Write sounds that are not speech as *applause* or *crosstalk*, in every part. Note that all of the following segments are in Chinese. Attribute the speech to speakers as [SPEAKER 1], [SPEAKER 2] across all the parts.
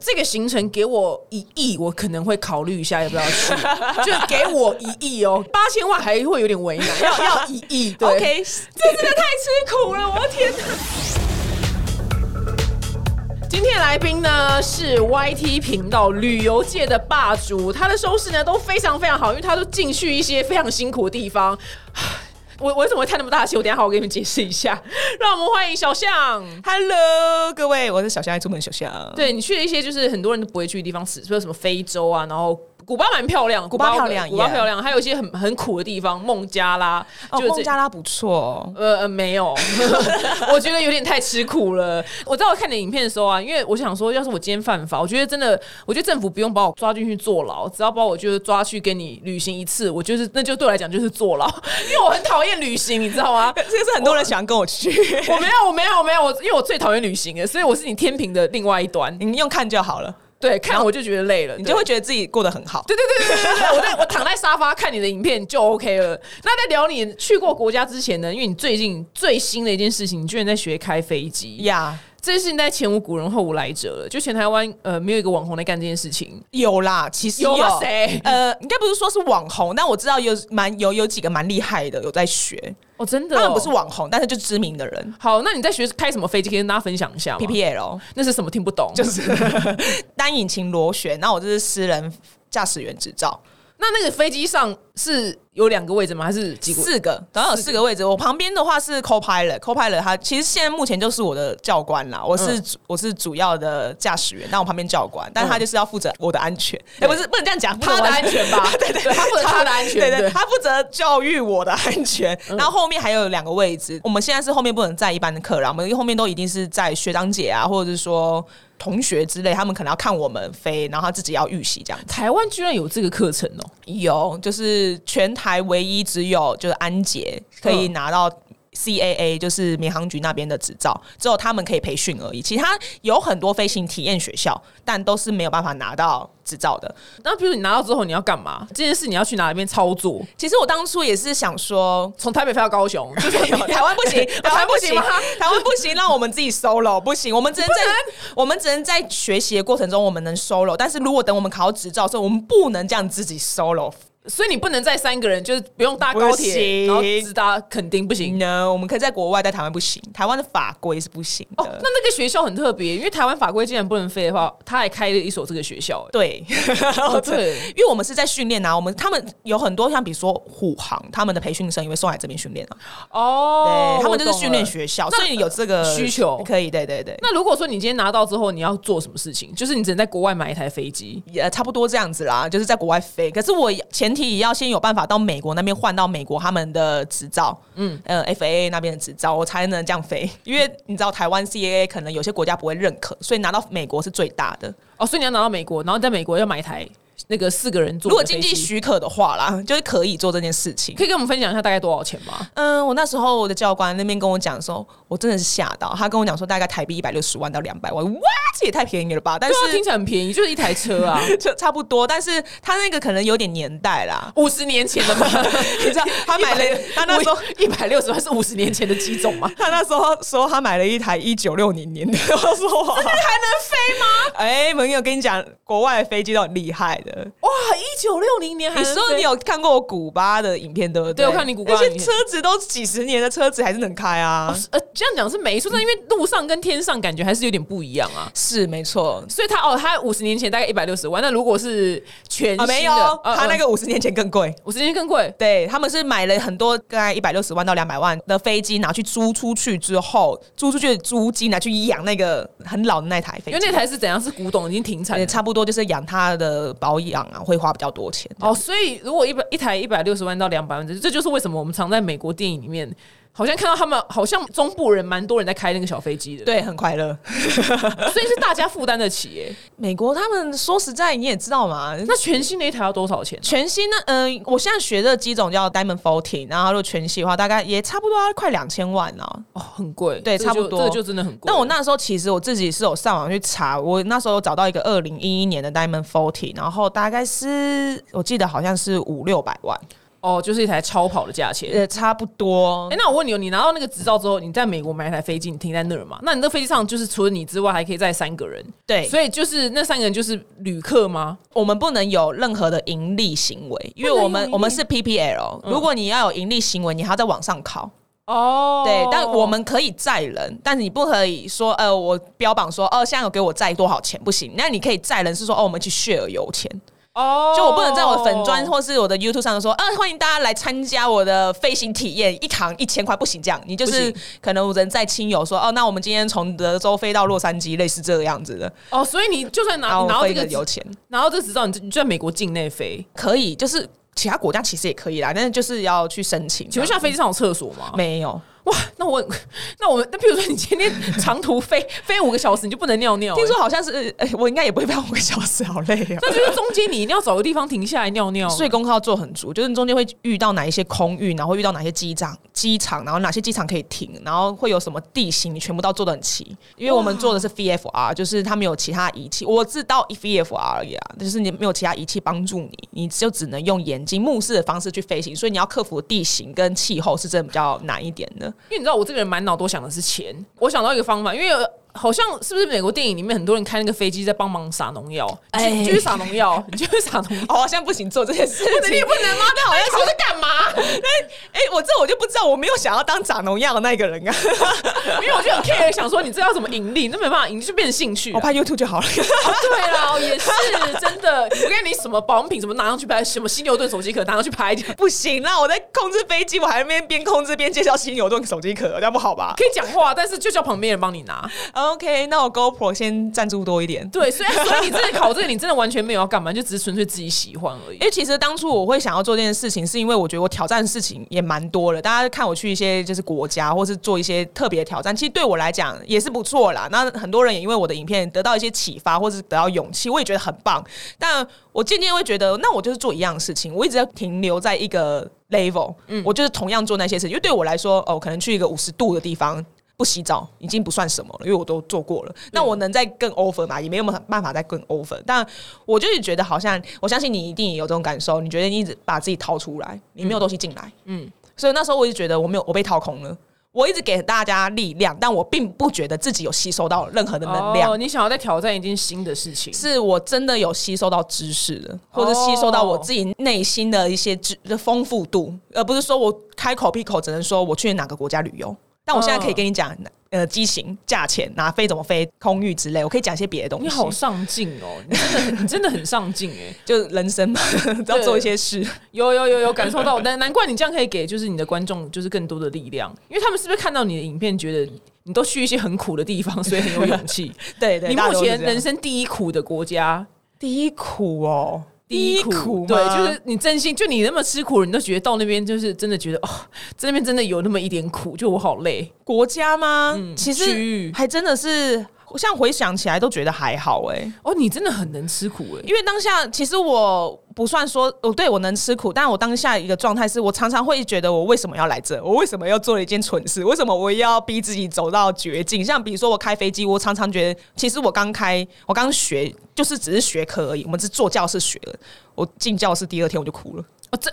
[SPEAKER 1] 这个行程给我一亿，我可能会考虑一下要不要去。就是给我一亿哦， *laughs* 八千万还会有点为难， *laughs* 要要一亿。
[SPEAKER 2] *laughs*
[SPEAKER 1] 对
[SPEAKER 2] OK，
[SPEAKER 1] 这真的太吃苦了，我的天哪！今天的来宾呢是 YT 频道旅游界的霸主，他的收视呢都非常非常好，因为他都进去一些非常辛苦的地方。我我为什么会叹那么大气？我等一下好好给你们解释一下。让我们欢迎小象。
[SPEAKER 2] Hello，各位，我是小象，爱出门的小象。，
[SPEAKER 1] 对你去了一些就是很多人都不会去的地方，死，比如什么非洲啊，然后。古巴蛮漂亮，古
[SPEAKER 2] 巴漂亮
[SPEAKER 1] 古巴
[SPEAKER 2] yeah
[SPEAKER 1] 漂亮，还有一些很很苦的地方，孟加拉，
[SPEAKER 2] 哦，
[SPEAKER 1] 是
[SPEAKER 2] 孟
[SPEAKER 1] 这
[SPEAKER 2] 加拉不错。哦
[SPEAKER 1] 呃呃，没有， *laughs* 我觉得有点太吃苦了。我在我看你的影片的时候啊，因为我想说，要是我今天犯法，我觉得真的，我觉得政府不用把我抓进去坐牢，只要把我就是抓去跟你旅行一次，我就是那就对我来讲就是坐牢， *laughs* 因为我很讨厌旅行，你知道
[SPEAKER 2] *laughs*
[SPEAKER 1] 吗？
[SPEAKER 2] *laughs* 这个是很多人想跟我去，
[SPEAKER 1] 我没有，我没有，我没有，我因为我最讨厌旅行了，所以我是你天平的另外一端。
[SPEAKER 2] *laughs* 你用看就好了，
[SPEAKER 1] 对，看我就觉得累了，
[SPEAKER 2] 你
[SPEAKER 1] 对
[SPEAKER 2] 就会觉得自己过得很好。
[SPEAKER 1] 对对对对对对，我在我躺在沙发看你的影片就 OK 了。那在聊你去过国家之前呢，因为你最近最新的一件事情，你居然在学开飞机，
[SPEAKER 2] 呀
[SPEAKER 1] 这件事情在前无古人后无来者了。就全台湾呃没有一个网红在干这件事情，
[SPEAKER 2] 有啦，其实
[SPEAKER 1] 有吗谁
[SPEAKER 2] 呃，应该不是说是网红，但我知道有蛮有有几个蛮厉害的，有在学。
[SPEAKER 1] 哦，真的、哦，
[SPEAKER 2] 当然不是。网红，但是就哦知名的人。
[SPEAKER 1] 好，那你在学开什么飞机？可以跟大家分享一下吗
[SPEAKER 2] PPL
[SPEAKER 1] 那是什么？听不懂。
[SPEAKER 2] 就是单引擎螺旋，那我这是私人驾驶员执照，
[SPEAKER 1] 那那个飞机上是有两个位置吗？还是几个？
[SPEAKER 2] 四个，总共有四个位置。我旁边的话是 co-pilot，co-pilot 他其实现在目前就是我的教官啦，我
[SPEAKER 1] 嗯
[SPEAKER 2] 是、主我是主要的驾驶员，但我旁边教官，但他就是要负责我的安全，哎、
[SPEAKER 1] 对
[SPEAKER 2] 不是不能这样讲，
[SPEAKER 1] 他的安全吧
[SPEAKER 2] 对对
[SPEAKER 1] 对他负责他的安全
[SPEAKER 2] *laughs* 对
[SPEAKER 1] 对嗯
[SPEAKER 2] 对，他负责教育我的安全。 *laughs* 然后后面还有两个位置，我们现在是后面不能载一般的客人，我们后面都一定是载学长姐啊，或者是说同学之类，他们可能要看我们飞，然后他自己要预习这样子。
[SPEAKER 1] 台湾居然有这个课程哦！
[SPEAKER 2] 有，就是全台唯一只有就是安捷可以拿到 CAA，就是民航局那边的执照，只有他们可以培训而已。其他有很多飞行体验学校，但都是没有办法拿到执照的。
[SPEAKER 1] 那比如你拿到之后你要干嘛？这件事你要去哪边操作？
[SPEAKER 2] 其实我当初也是想说。
[SPEAKER 1] 从台北飞到高雄，就是，
[SPEAKER 2] *laughs* 台湾不行 *laughs* 台
[SPEAKER 1] *laughs* 台湾
[SPEAKER 2] 湾
[SPEAKER 1] 不
[SPEAKER 2] 不
[SPEAKER 1] 行
[SPEAKER 2] 行
[SPEAKER 1] 吗？，
[SPEAKER 2] 台湾不行，让我们自己 solo *laughs* 不行，我们只能在我们只能在学习的过程中，我们能 solo，但是如果等我们考到执照的时候，我们不能这样自己 solo
[SPEAKER 1] 所以你不能再三个人，就是不用搭高
[SPEAKER 2] 不
[SPEAKER 1] 铁，
[SPEAKER 2] 行嗯
[SPEAKER 1] 然后直达肯定不行。
[SPEAKER 2] No，我们可以在国外，在台湾不行，台湾的法规是不行的。
[SPEAKER 1] 哦，那那个学校很特别，因为台湾法规既然不能飞的话，他还开了一所这个学校、欸。
[SPEAKER 2] 对， *laughs*
[SPEAKER 1] 哦对
[SPEAKER 2] 因为我们是在训练啊，我们他们有很多像比如说虎航，他们的培训生也会送来这边训练啊，
[SPEAKER 1] 哦
[SPEAKER 2] 对他们就是训练
[SPEAKER 1] 学。
[SPEAKER 2] 学校，
[SPEAKER 1] 那
[SPEAKER 2] 所以有这个
[SPEAKER 1] 需求
[SPEAKER 2] 可以，对对对，
[SPEAKER 1] 那如果说你今天拿到之后，你要做什么事情？就是你只能在国外买一台飞机。
[SPEAKER 2] 也呃差不多这样子啦，就是在国外飞，可是我前提也要先有办法到美国那边换到美国他们的执照，嗯，呃，FAA 那边的执照，我才能这样飞，因为你知道台湾 CAA 可能有些国家不会认可，所以拿到美国是最大的。
[SPEAKER 1] 哦，所以你要拿到美国，然后在美国要买一台那个四个人坐
[SPEAKER 2] 如果
[SPEAKER 1] 的飞机。
[SPEAKER 2] 经济许可的话啦，就是可以做这件事情。
[SPEAKER 1] 可以跟我们分享一下大概多少钱吗？
[SPEAKER 2] 嗯，我那时候我的教官那边跟我讲说，我真的是吓到，他跟我讲说大概台币一百六十万到两百万，哇，这也太便宜了吧？但
[SPEAKER 1] 对啊，听
[SPEAKER 2] 是
[SPEAKER 1] 起来很便宜，就是一台车
[SPEAKER 2] *laughs*
[SPEAKER 1] 啊，，
[SPEAKER 2] 就差不多，但是他那个可能有点年代啦
[SPEAKER 1] 五十年前的 *laughs* 嘛。
[SPEAKER 2] 你知道他买 *laughs* 了，他那时候。
[SPEAKER 1] 一百六十万是五十年前的机种吗？
[SPEAKER 2] 他那时候说他买了一台一九六零年的，我说哇，
[SPEAKER 1] 还能飞吗？
[SPEAKER 2] 哎，朋友跟你讲，国外的飞机都很厉害的。
[SPEAKER 1] 哇，一九六零年还
[SPEAKER 2] *laughs* 你
[SPEAKER 1] 能
[SPEAKER 2] 说
[SPEAKER 1] 飞
[SPEAKER 2] 你有看过我古巴的影片对不对？
[SPEAKER 1] 对我看你古巴的
[SPEAKER 2] 那
[SPEAKER 1] 影
[SPEAKER 2] 些
[SPEAKER 1] 片
[SPEAKER 2] 车子都几十年的车子还是能开啊。
[SPEAKER 1] 呃，这样讲是没错，但因为路上跟天上感觉还是有点不一样啊。
[SPEAKER 2] 是没错，
[SPEAKER 1] 所以他哦，他五十年前大概一百六十万，那如果是全新的，呃
[SPEAKER 2] 啊，没有，他那个五十年前更贵。
[SPEAKER 1] 五十年前更贵。
[SPEAKER 2] 对，他们是买了很多，大概一百六十万到两百万的飞机，拿去租出去之后，租出去的租金拿去养那个很老的那台飞
[SPEAKER 1] 因
[SPEAKER 2] 机
[SPEAKER 1] 为，那台是怎样？是古董，已经停产
[SPEAKER 2] 也
[SPEAKER 1] 了。
[SPEAKER 2] 差不多就是养它的保养啊，会花比较多钱。
[SPEAKER 1] 哦，所以如果一百一台一百六十万到两百万，这这就是为什么我们常在美国电影里面，好像看到他们好像中部人蛮多人在开那个小飞机的，
[SPEAKER 2] 对，很快乐。
[SPEAKER 1] 所以是大家负担得起耶。
[SPEAKER 2] 美国他们说实在，你也知道嘛，
[SPEAKER 1] 那全新的一台要多少钱？
[SPEAKER 2] 全新的，嗯、我现在学的机种叫 Diamond Fourteen，然后如果全新的话，大概也差不多要快两千万了、
[SPEAKER 1] 哦，很贵，
[SPEAKER 2] 对
[SPEAKER 1] 这个就
[SPEAKER 2] 差不多
[SPEAKER 1] 这个就真的很贵。
[SPEAKER 2] 那我那时候其实我自己是有上网去查，我那时候有找到一个二零一一年的 Diamond Forty，然后大概是我记得好像是五六百万，
[SPEAKER 1] 哦，就是一台超跑的价钱。
[SPEAKER 2] 呃，差不多
[SPEAKER 1] 哎、。那我问你哦，你拿到那个执照之后，你在美国买一台飞机，你停在那儿嘛？那你这飞机上就是除了你之外，还可以载三个人，
[SPEAKER 2] 对，
[SPEAKER 1] 所以就是那三个人就是旅客吗？
[SPEAKER 2] 我们不能有任何的盈利行为，因为
[SPEAKER 1] 不能有
[SPEAKER 2] 我们
[SPEAKER 1] 盈利嗯
[SPEAKER 2] 我们是 PPL，、如果你要有盈利行为，你还要再往上考。
[SPEAKER 1] 哦，
[SPEAKER 2] 对，但我们可以载人，但是你不可以说，呃，我标榜说，哦、现在有给我载多少钱，不行。那你可以载人是说，哦，我们去 share 油钱，
[SPEAKER 1] 哦，
[SPEAKER 2] 就我不能在我的粉砖或是我的 YouTube 上说，啊，欢迎大家来参加我的飞行体验，一堂一千块，不行这样。你就是
[SPEAKER 1] 不
[SPEAKER 2] 可能人在亲友说，哦，那我们今天从德州飞到洛杉矶，类似这个样子的，
[SPEAKER 1] 哦，所以你就算拿
[SPEAKER 2] 然
[SPEAKER 1] 你拿
[SPEAKER 2] 后
[SPEAKER 1] 到
[SPEAKER 2] 飞
[SPEAKER 1] 这个
[SPEAKER 2] 个油
[SPEAKER 1] 执
[SPEAKER 2] 钱。
[SPEAKER 1] 拿到这个执照，你就你就在美国境内飞，
[SPEAKER 2] 可以，就是其他国家其实也可以啦，但是就是要去申请。
[SPEAKER 1] 请问一下，飞机上有厕所吗？
[SPEAKER 2] 没有？
[SPEAKER 1] 哇，那我那我们那譬如说你今天长途飞飞五个小时，你就不能尿尿、欸
[SPEAKER 2] 听说好像是，哎、我应该也不会飞五个小时，好累哦、
[SPEAKER 1] 那就是中间你一定要找个地方停下来尿尿。
[SPEAKER 2] 所以功课要做很足，就是你中间会遇到哪一些空域，然后会遇到哪些机场，机场，然后哪些机场可以停，然后会有什么地形，你全部都要做的很齐。因为我们做的是 VFR，就是他们有其他仪器，我知道 VFR 而已啊，就是你没有其他仪器帮助你，你就只能用眼睛目视的方式去飞行，所以你要克服地形跟气候是真的比较难一点的。
[SPEAKER 1] 因为你知道我这个人满脑都想的是钱，我想到一个方法，因为呃好像是不是美国电影里面很多人开那个飞机在帮忙撒农药，你去
[SPEAKER 2] 哎
[SPEAKER 1] 你就去撒农药， *laughs* 你就去撒农药。
[SPEAKER 2] 哦，好像不行做这件事
[SPEAKER 1] 那
[SPEAKER 2] 情，
[SPEAKER 1] 你也不
[SPEAKER 2] *laughs*
[SPEAKER 1] 能吗？那好像是在干嘛？
[SPEAKER 2] 哎、我这我就不知道，我没有想要当长农药的那
[SPEAKER 1] *laughs*
[SPEAKER 2] 个人啊，
[SPEAKER 1] 因为我就很 care，想说你这要怎么盈利？那没办法盈利，就变成兴趣啊、
[SPEAKER 2] 我拍 YouTube 就好了。
[SPEAKER 1] *laughs* 哦对啦，也是真的。我跟你什么保养品什么拿上去拍，什么犀牛顿手机壳拿上去拍，可
[SPEAKER 2] 不行啦，我在控制飞机，我还在那边边控制边介绍犀牛顿手机壳，这样不好吧
[SPEAKER 1] 以讲话，但是就叫旁边人帮你拿。
[SPEAKER 2] ？OK，那我 GoPro 先赞助多一点。
[SPEAKER 1] 对，所以 *laughs* 所以你真的考这个，你真的完全没有要干嘛，就只是纯粹自己喜欢而已 *laughs*
[SPEAKER 2] 因。为其实当初我会想要做这件事情，是因为我觉得我挑战的事情也蛮多了。大家看我去一些就是国家，或是做一些特别的挑战，其实对我来讲也是不错啦。那很多人也因为我的影片得到一些启发，或是得到勇气，我也觉得很棒。但我渐渐会觉得，那我就是做一样的事情，我一直在停留在一个 level，嗯，我就是同样做那些事情。因为对我来说，哦，可能去一个五十度的地方。不洗澡已经不算什么了，因为我都做过了。那我能再更 over 吗？也没有办法再更 over。但我就是觉得，好像我相信你一定也有这种感受。你觉得你一直把自己掏出来，你没有东西进来，
[SPEAKER 1] 嗯
[SPEAKER 2] 嗯。所以那时候我就觉得我没有，我被掏空了。我一直给大家力量，但我并不觉得自己有吸收到任何的能量。
[SPEAKER 1] 哦，你想要再挑战一件新的事情，
[SPEAKER 2] 是我真的有吸收到知识的，或者吸收到我自己内心的一些知的丰富度，而不是说我开口闭口只能说我去哪个国家旅游。但我现在可以跟你讲，呃，机型、价钱、哪飞怎么飞、空域之类，我可以讲一些别的东西。
[SPEAKER 1] 你好，上进哦，你真的很你真的很上进哎、
[SPEAKER 2] 就是人生嘛， *laughs* 要做一些事。
[SPEAKER 1] 有有有有感受到，难难怪你这样可以给就是你的观众就是更多的力量，因为他们是不是看到你的影片，觉得你都去一些很苦的地方，所以很有勇气。
[SPEAKER 2] *laughs* 对对，
[SPEAKER 1] 你
[SPEAKER 2] 大
[SPEAKER 1] 目
[SPEAKER 2] 家都是
[SPEAKER 1] 前
[SPEAKER 2] 这样
[SPEAKER 1] 人生第一苦的国家，
[SPEAKER 2] 第一苦哦，
[SPEAKER 1] 对，
[SPEAKER 2] 吗
[SPEAKER 1] 就是你真心，就你那么吃苦，你都觉得到那边就是真的觉得哦，这边真的有那么一点苦，就我好累。
[SPEAKER 2] 国家吗？其
[SPEAKER 1] 区
[SPEAKER 2] 实
[SPEAKER 1] 域
[SPEAKER 2] 还真的是，像回想起来都觉得还好哎、
[SPEAKER 1] 哦，你真的很能吃苦哎、
[SPEAKER 2] 因为当下其实我不算说，哦，对我能吃苦，但我当下一个状态是我常常会觉得我为什么要来这？我为什么要做了一件蠢事？为什么我要逼自己走到绝境？像比如说我开飞机，我常常觉得，其实我刚开，我刚学，就是只是学科而已，我们是坐教室学的。我进教室第二天我就哭了，
[SPEAKER 1] 哦，这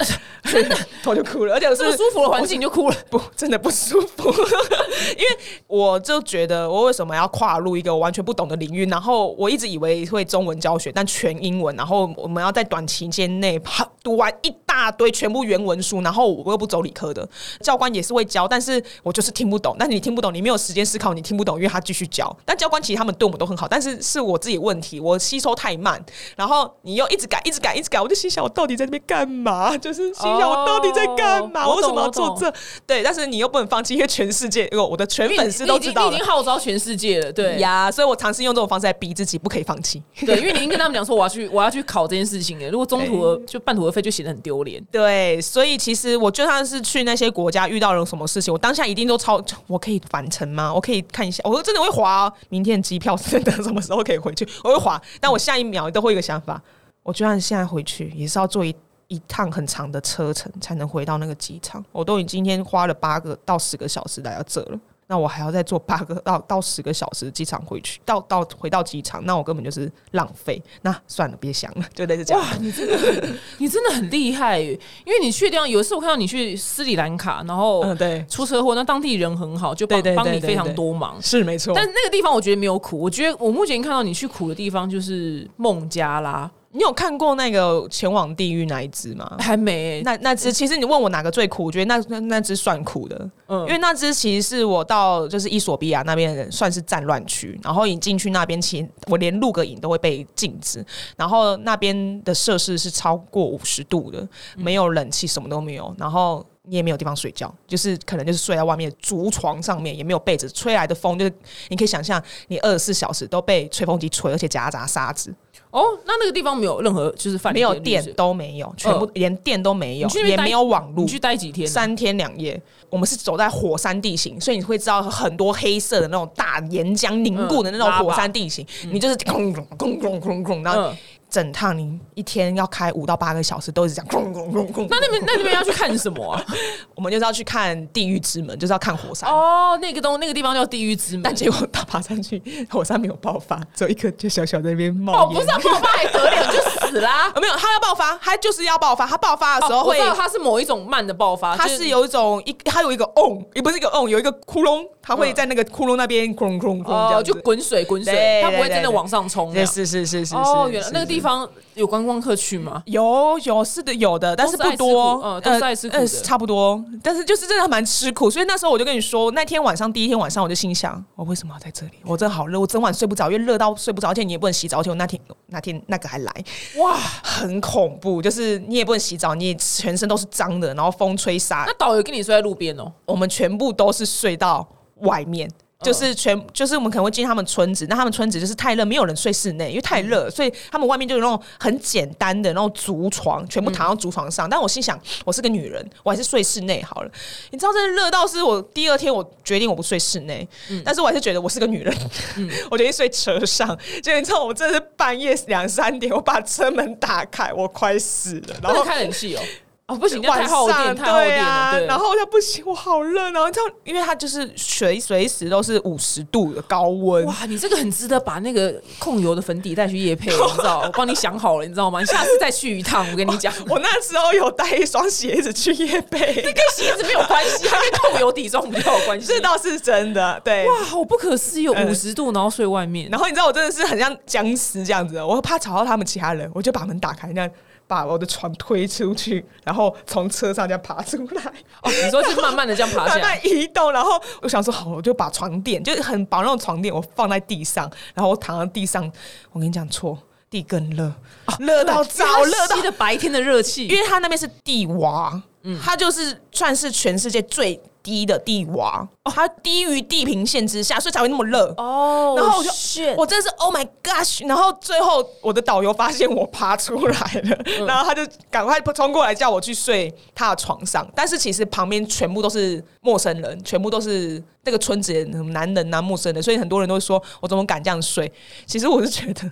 [SPEAKER 2] 我就哭了，而且
[SPEAKER 1] *laughs*
[SPEAKER 2] 我
[SPEAKER 1] 这么
[SPEAKER 2] 是
[SPEAKER 1] 舒服的环境你就哭了。
[SPEAKER 2] 不真的不舒服， *laughs* 因为我就觉得我为什么要跨入一个我完全不懂的领域？然后我一直以为会中文教学，但全英文，然后我们要在短期间内啪读完一大堆全部原文书，然后我又不走理科的，教官也是会教，但是我就是听不懂。但你听不懂，你没有时间思考，你听不懂，因为他继续教。但教官其实他们对我们都很好，但是是我自己问题，我吸收太慢，然后你又一直改，一直改，一直改，我就心想我到底在那边干嘛？就是心想我到底在干嘛？
[SPEAKER 1] 哦
[SPEAKER 2] 我为什么要
[SPEAKER 1] 我懂我懂
[SPEAKER 2] 做这？ *laughs* 对，但是你又不能放弃，因为全世界，哦我我的全
[SPEAKER 1] 因为
[SPEAKER 2] 粉丝都知道
[SPEAKER 1] 你已经你已
[SPEAKER 2] 了
[SPEAKER 1] 经号召全世界了，对
[SPEAKER 2] 呀，所以我尝试用这种方式来逼自己，不可以放弃。 *laughs*
[SPEAKER 1] 对，因为你已经跟他们讲说我要去我要去考这件事情了，如果中途
[SPEAKER 2] 哎
[SPEAKER 1] 而就半途而废，就显得很丢脸。
[SPEAKER 2] 对，所以其实我就算是去那些国家遇到了什么事情，我当下一定都超，我可以返程吗？我可以看一下，我真的会划、哦、明天机票 *laughs* 是等什么时候可以回去，我会划。但我下一秒都会有一个想法，我就算现在回去，也是要做一一趟很长的车程才能回到那个机场。我都已经今天花了八个到十个小时来到这了。然那我还要再坐八个到到十个小时机场回去，到到回到机场，那我根本就是浪费。那算了，别想了，就类似这样。
[SPEAKER 1] 哇，你真的很你真的很厉害耶，因为你去地方有一次我看到你去斯里兰卡，然后
[SPEAKER 2] 嗯，对，
[SPEAKER 1] 出车祸，那当地人很好，就帮
[SPEAKER 2] 对对对
[SPEAKER 1] 帮你
[SPEAKER 2] 对
[SPEAKER 1] 非常
[SPEAKER 2] 对
[SPEAKER 1] 多忙。
[SPEAKER 2] 是没错。
[SPEAKER 1] 但那个地方我觉得没有苦，我觉得我目前看到你去苦的地方就是孟加拉，
[SPEAKER 2] 你有看过那个前往地狱那一
[SPEAKER 1] *laughs*
[SPEAKER 2] 只吗？
[SPEAKER 1] 还没、
[SPEAKER 2] 嗯
[SPEAKER 1] 欸
[SPEAKER 2] 那那只其实你问我哪个最苦，我觉得那那那只算苦的，
[SPEAKER 1] 嗯
[SPEAKER 2] 因为那只其实是我到就是伊索比亚那边算是战乱区，然后你进去那边，其实我连录个影都会被禁止，然后那边的设施是超过五十度的，没有冷气，什么都没有，然后。你也没有地方睡觉，就是可能就是睡在外面竹床上面，也没有被子，吹来的风就是你可以想象，你二十四小时都被吹风机吹，而且夹杂沙子，
[SPEAKER 1] 哦，那那个地方没有任何就是饭
[SPEAKER 2] 没
[SPEAKER 1] 店
[SPEAKER 2] 有
[SPEAKER 1] 是
[SPEAKER 2] 电
[SPEAKER 1] 不是
[SPEAKER 2] 都没有，全部
[SPEAKER 1] 嗯
[SPEAKER 2] 连电都没有
[SPEAKER 1] 你去那，边
[SPEAKER 2] 也
[SPEAKER 1] 待
[SPEAKER 2] 没有网
[SPEAKER 1] 你
[SPEAKER 2] 路，
[SPEAKER 1] 去待几天、啊
[SPEAKER 2] 三天两夜，我们是走在火山地形，所以你会知道很多黑色的那种大岩浆凝固的
[SPEAKER 1] 嗯
[SPEAKER 2] 那种火山地形，你就是空空空空空空，然后
[SPEAKER 1] 嗯，
[SPEAKER 2] 整趟你一天要开五到八个小时，都是这样空空空空。
[SPEAKER 1] 那那边那那边要去看什么
[SPEAKER 2] *laughs*
[SPEAKER 1] 啊？
[SPEAKER 2] 我们就是要去看地狱之门，就是要看火山。
[SPEAKER 1] 哦，那个东那个地方叫地狱之门
[SPEAKER 2] 但。结果到爬山去，火山没有爆发，只有一颗就小小在那边
[SPEAKER 1] 哦，
[SPEAKER 2] 冒
[SPEAKER 1] 不
[SPEAKER 2] 烟。
[SPEAKER 1] 是啊爆发还得了，就死啦、
[SPEAKER 2] 呃没有，它要爆发，它就是要爆发。它爆发的时候
[SPEAKER 1] 哦我
[SPEAKER 2] 会
[SPEAKER 1] 知道它是某一种慢的爆发，
[SPEAKER 2] 它
[SPEAKER 1] 啊就是
[SPEAKER 2] 有一种一，它有一个瓮，也不是一个瓮，有一个窟窿，它
[SPEAKER 1] 嗯
[SPEAKER 2] 会在那个窟窿那边空空空这
[SPEAKER 1] 哦，
[SPEAKER 2] 样
[SPEAKER 1] 就
[SPEAKER 2] 子
[SPEAKER 1] 滚水滚水，
[SPEAKER 2] 对
[SPEAKER 1] 它不会
[SPEAKER 2] 对
[SPEAKER 1] 真的
[SPEAKER 2] 对
[SPEAKER 1] 往上冲那
[SPEAKER 2] 对
[SPEAKER 1] 样。
[SPEAKER 2] 是是是是
[SPEAKER 1] 哦，
[SPEAKER 2] 是
[SPEAKER 1] 原来
[SPEAKER 2] 是
[SPEAKER 1] 那个地
[SPEAKER 2] 是
[SPEAKER 1] 方有观光客去吗？
[SPEAKER 2] 有有是的有的，但是
[SPEAKER 1] 都是
[SPEAKER 2] 不
[SPEAKER 1] 爱吃
[SPEAKER 2] 多呃
[SPEAKER 1] 苦，嗯都是爱吃苦的
[SPEAKER 2] 差不多。但是就是真的蛮吃苦，所以那时候我就跟你说，那天晚上第一天晚上我就心想，我为什么要在这里？我真的好热，我整晚睡不着，因为热到睡不着，而且你也不能洗澡，而且我那天那天那个还来，
[SPEAKER 1] 哇，
[SPEAKER 2] 很恐怖，就是你也不能洗澡，你也全身都是脏的，然后风吹沙
[SPEAKER 1] 那，导游跟你睡在路边哦，
[SPEAKER 2] 我们全部都是睡到外面。就是全，就是我们可能会进他们村子，那他们村子就是太热，没有人睡室内，因为太热，所以他们外面就有那种很简单的那种竹床，全部躺到竹床上。但我心想，我是个女人，我还是睡室内好了。你知道，真的热到是我第二天我决定我不睡室内，但是我还是觉得我是个女人， *laughs* 我决定睡车上。结果你知道，我真的是半夜两三点，我把车门打开，我快死了，然
[SPEAKER 1] 那
[SPEAKER 2] 后
[SPEAKER 1] 你开冷气哦。 *laughs* 哦，不行，这样
[SPEAKER 2] 晚
[SPEAKER 1] 太耗电，
[SPEAKER 2] 上
[SPEAKER 1] 太耗
[SPEAKER 2] 对
[SPEAKER 1] 电
[SPEAKER 2] 啊
[SPEAKER 1] 了。对，
[SPEAKER 2] 然后我就不行，我好热，然后这样，因为它就是随随时都是五十度的高温。
[SPEAKER 1] 哇，你这个很值得把那个控油的粉底带去夜配，你知道？ *laughs* 我帮你想好了，你知道吗？你下次再去一趟，我跟你讲，
[SPEAKER 2] 我那时候有带一双鞋子去夜背，
[SPEAKER 1] *laughs* 跟鞋子没有关 *laughs* 系，它跟控油底妆比较有关 *laughs*
[SPEAKER 2] *laughs*
[SPEAKER 1] 系
[SPEAKER 2] 这。倒是真的。对，
[SPEAKER 1] 哇，好不可思议哦，
[SPEAKER 2] 嗯
[SPEAKER 1] 五十度然后睡外面，
[SPEAKER 2] 然后你知道我真的是很像僵尸这样子，我怕吵到他们其他人，我就把门打开，那样把我的床推出去，然后从车上这样爬出来。
[SPEAKER 1] 哦，你说是慢慢的这样爬下
[SPEAKER 2] 慢
[SPEAKER 1] 来，
[SPEAKER 2] 慢移动，然后我想说好，我就把床垫就是很薄那种床垫，我放在地上，然后我躺在地上。我跟你讲错，地更热，啊 *laughs* 热到
[SPEAKER 1] 早
[SPEAKER 2] 早，热到
[SPEAKER 1] 吸，的白天的热气，
[SPEAKER 2] 因为它那边是地洼，它就是算是全世界最低的地洼，它低于地平线之下，所以才会那么热。
[SPEAKER 1] 哦，
[SPEAKER 2] 然后我就
[SPEAKER 1] shit
[SPEAKER 2] 我真的是 Oh my gosh！然后最后我的导游发现我爬出来了，
[SPEAKER 1] 嗯
[SPEAKER 2] *laughs* 然后他就赶快冲过来叫我去睡他的床上。但是其实旁边全部都是陌生人，全部都是那个村子的男人啊、陌生人，所以很多人都会说我怎么敢这样睡？其实我是
[SPEAKER 1] *laughs*
[SPEAKER 2] 觉得。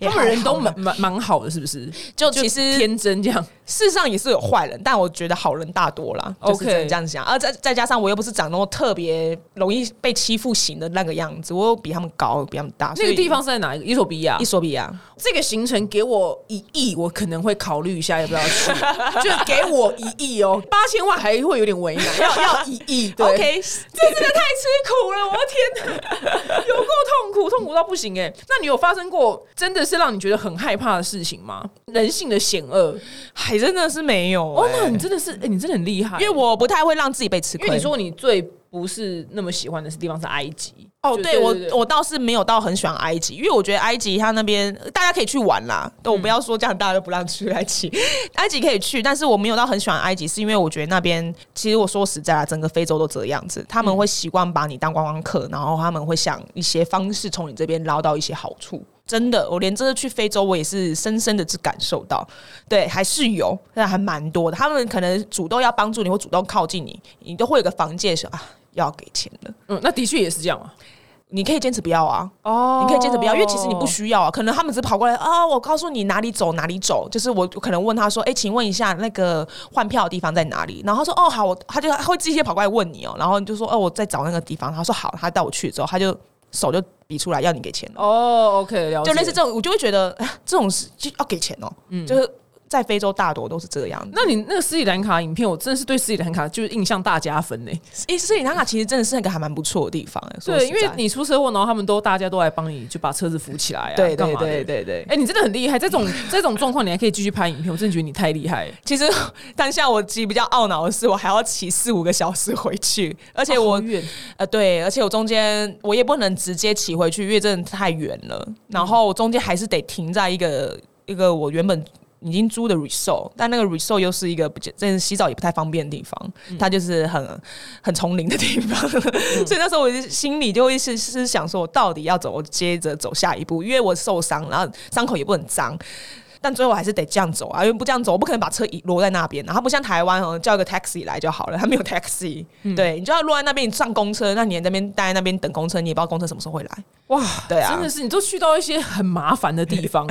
[SPEAKER 1] 他们人都
[SPEAKER 2] 没，
[SPEAKER 1] 蛮蛮蛮好的，是不是？
[SPEAKER 2] 就
[SPEAKER 1] 啊就
[SPEAKER 2] 其实
[SPEAKER 1] 天真 *laughs* 这样，
[SPEAKER 2] 事实上也是有坏人，但我觉得好人大多啦。就是
[SPEAKER 1] OK
[SPEAKER 2] 只能这样想，而再再加上我又不是长那么特别容易被欺负型的那个样子，我又比他们高，比他们大。所
[SPEAKER 1] 那
[SPEAKER 2] 以
[SPEAKER 1] 个地方是在哪一个？伊索比亚
[SPEAKER 2] 伊。索比啊亚，
[SPEAKER 1] 这个行程给我一亿，我可能会考虑一下要不要 *laughs* 去。就给我一亿哦，八千万还会有点为难，要要一 *laughs* 亿。对
[SPEAKER 2] OK，
[SPEAKER 1] 这真的太吃苦了，我的天 *laughs* 哪，有够痛苦，痛苦到不行哎、那你有发生过真的是让你觉得很害怕的事情吗？人性的险恶
[SPEAKER 2] 还真的是没有、
[SPEAKER 1] 哦，
[SPEAKER 2] 欸
[SPEAKER 1] 那你真的是，哎、你真的很厉害。
[SPEAKER 2] 因为我不太会让自己被吃亏。
[SPEAKER 1] 因为你说你最不是那么喜欢的是地方是埃及
[SPEAKER 2] 哦，
[SPEAKER 1] 就
[SPEAKER 2] 对我
[SPEAKER 1] 对
[SPEAKER 2] 我倒是没有到很喜欢埃及，因为我觉得埃及它那边大家可以去玩啦。对，我不要说这样大家都不让去埃及，埃及可以去，但是我没有到很喜欢埃及，是因为我觉得那边其实我说实在啦，整个非洲都这样子，他们会习惯把你当观光客，然后他们会想一些方式从你这边捞到一些好处。真的，我连这次去非洲，我也是深深的去感受到，对，还是有，但还蛮多的。他们可能主动要帮助你，或主动靠近你，你都会有个防戒说啊，要给钱了。
[SPEAKER 1] 嗯，那的确也是这样啊。
[SPEAKER 2] 你可以坚持不要啊，
[SPEAKER 1] 哦
[SPEAKER 2] 你可以坚持不要，因为其实你不需要啊。可能他们只是跑过来啊，我告诉你哪里走哪里走，就是我我可能问他说，哎、请问一下那个换票的地方在哪里？然后他说，哦，好，我他就他会直接跑过来问你哦，然后你就说，哦，我在找那个地方。他说好，他带我去之后，他就手就比出来要你给钱了，
[SPEAKER 1] 哦，OK，了解，嗯
[SPEAKER 2] 就类似这种，我就会觉得 *laughs* 哎这种事就要给钱哦，就是在非洲大多都是这个样子。
[SPEAKER 1] 那你那个斯里兰卡影片，我真的是对斯里兰卡就是印象大加分呢、
[SPEAKER 2] 诶，斯里兰卡其实真的是那个还蛮不错的地方、哎说
[SPEAKER 1] 对，
[SPEAKER 2] 实
[SPEAKER 1] 因为
[SPEAKER 2] 在
[SPEAKER 1] 你出车祸，然后他们都大家都来帮你，就把车子扶起来啊，
[SPEAKER 2] 对
[SPEAKER 1] 干
[SPEAKER 2] 对
[SPEAKER 1] 嘛的
[SPEAKER 2] 对对对
[SPEAKER 1] 哎、，你真的很厉害，这
[SPEAKER 2] *laughs*
[SPEAKER 1] 种这种状况你还可以继续拍影片，我真的觉得你太厉害了。
[SPEAKER 2] 其实 *laughs* 当下我其实比较懊恼的是，我还要骑四五个小时回去， *laughs* 而且我、
[SPEAKER 1] 好远
[SPEAKER 2] 呃对，而且我中间我也不能直接骑回去，因为真的太远了。然后我中间还是得停在一个一个我原本。已经租的 resort，但那个 resort 又是一个不真的洗澡也不太方便的地方，它就是很很丛林的地方， *laughs* 所以那时候我就心里就会是是想说，我到底要走，接着走下一步，因为我受伤，然后伤口也不很脏，但最后还是得这样走啊，因为不这样走，我不可能把车一落在那边、啊。然后不像台湾哦，叫一个 taxi 来就好了，他没有 taxi，、对你
[SPEAKER 1] 嗯
[SPEAKER 2] 就要落在那边，你上公车，那你在那边待在那边等公车，你也不知道公车什么时候会来，
[SPEAKER 1] 哇，
[SPEAKER 2] 对啊
[SPEAKER 1] 真的是你都去到一些很麻烦的地方、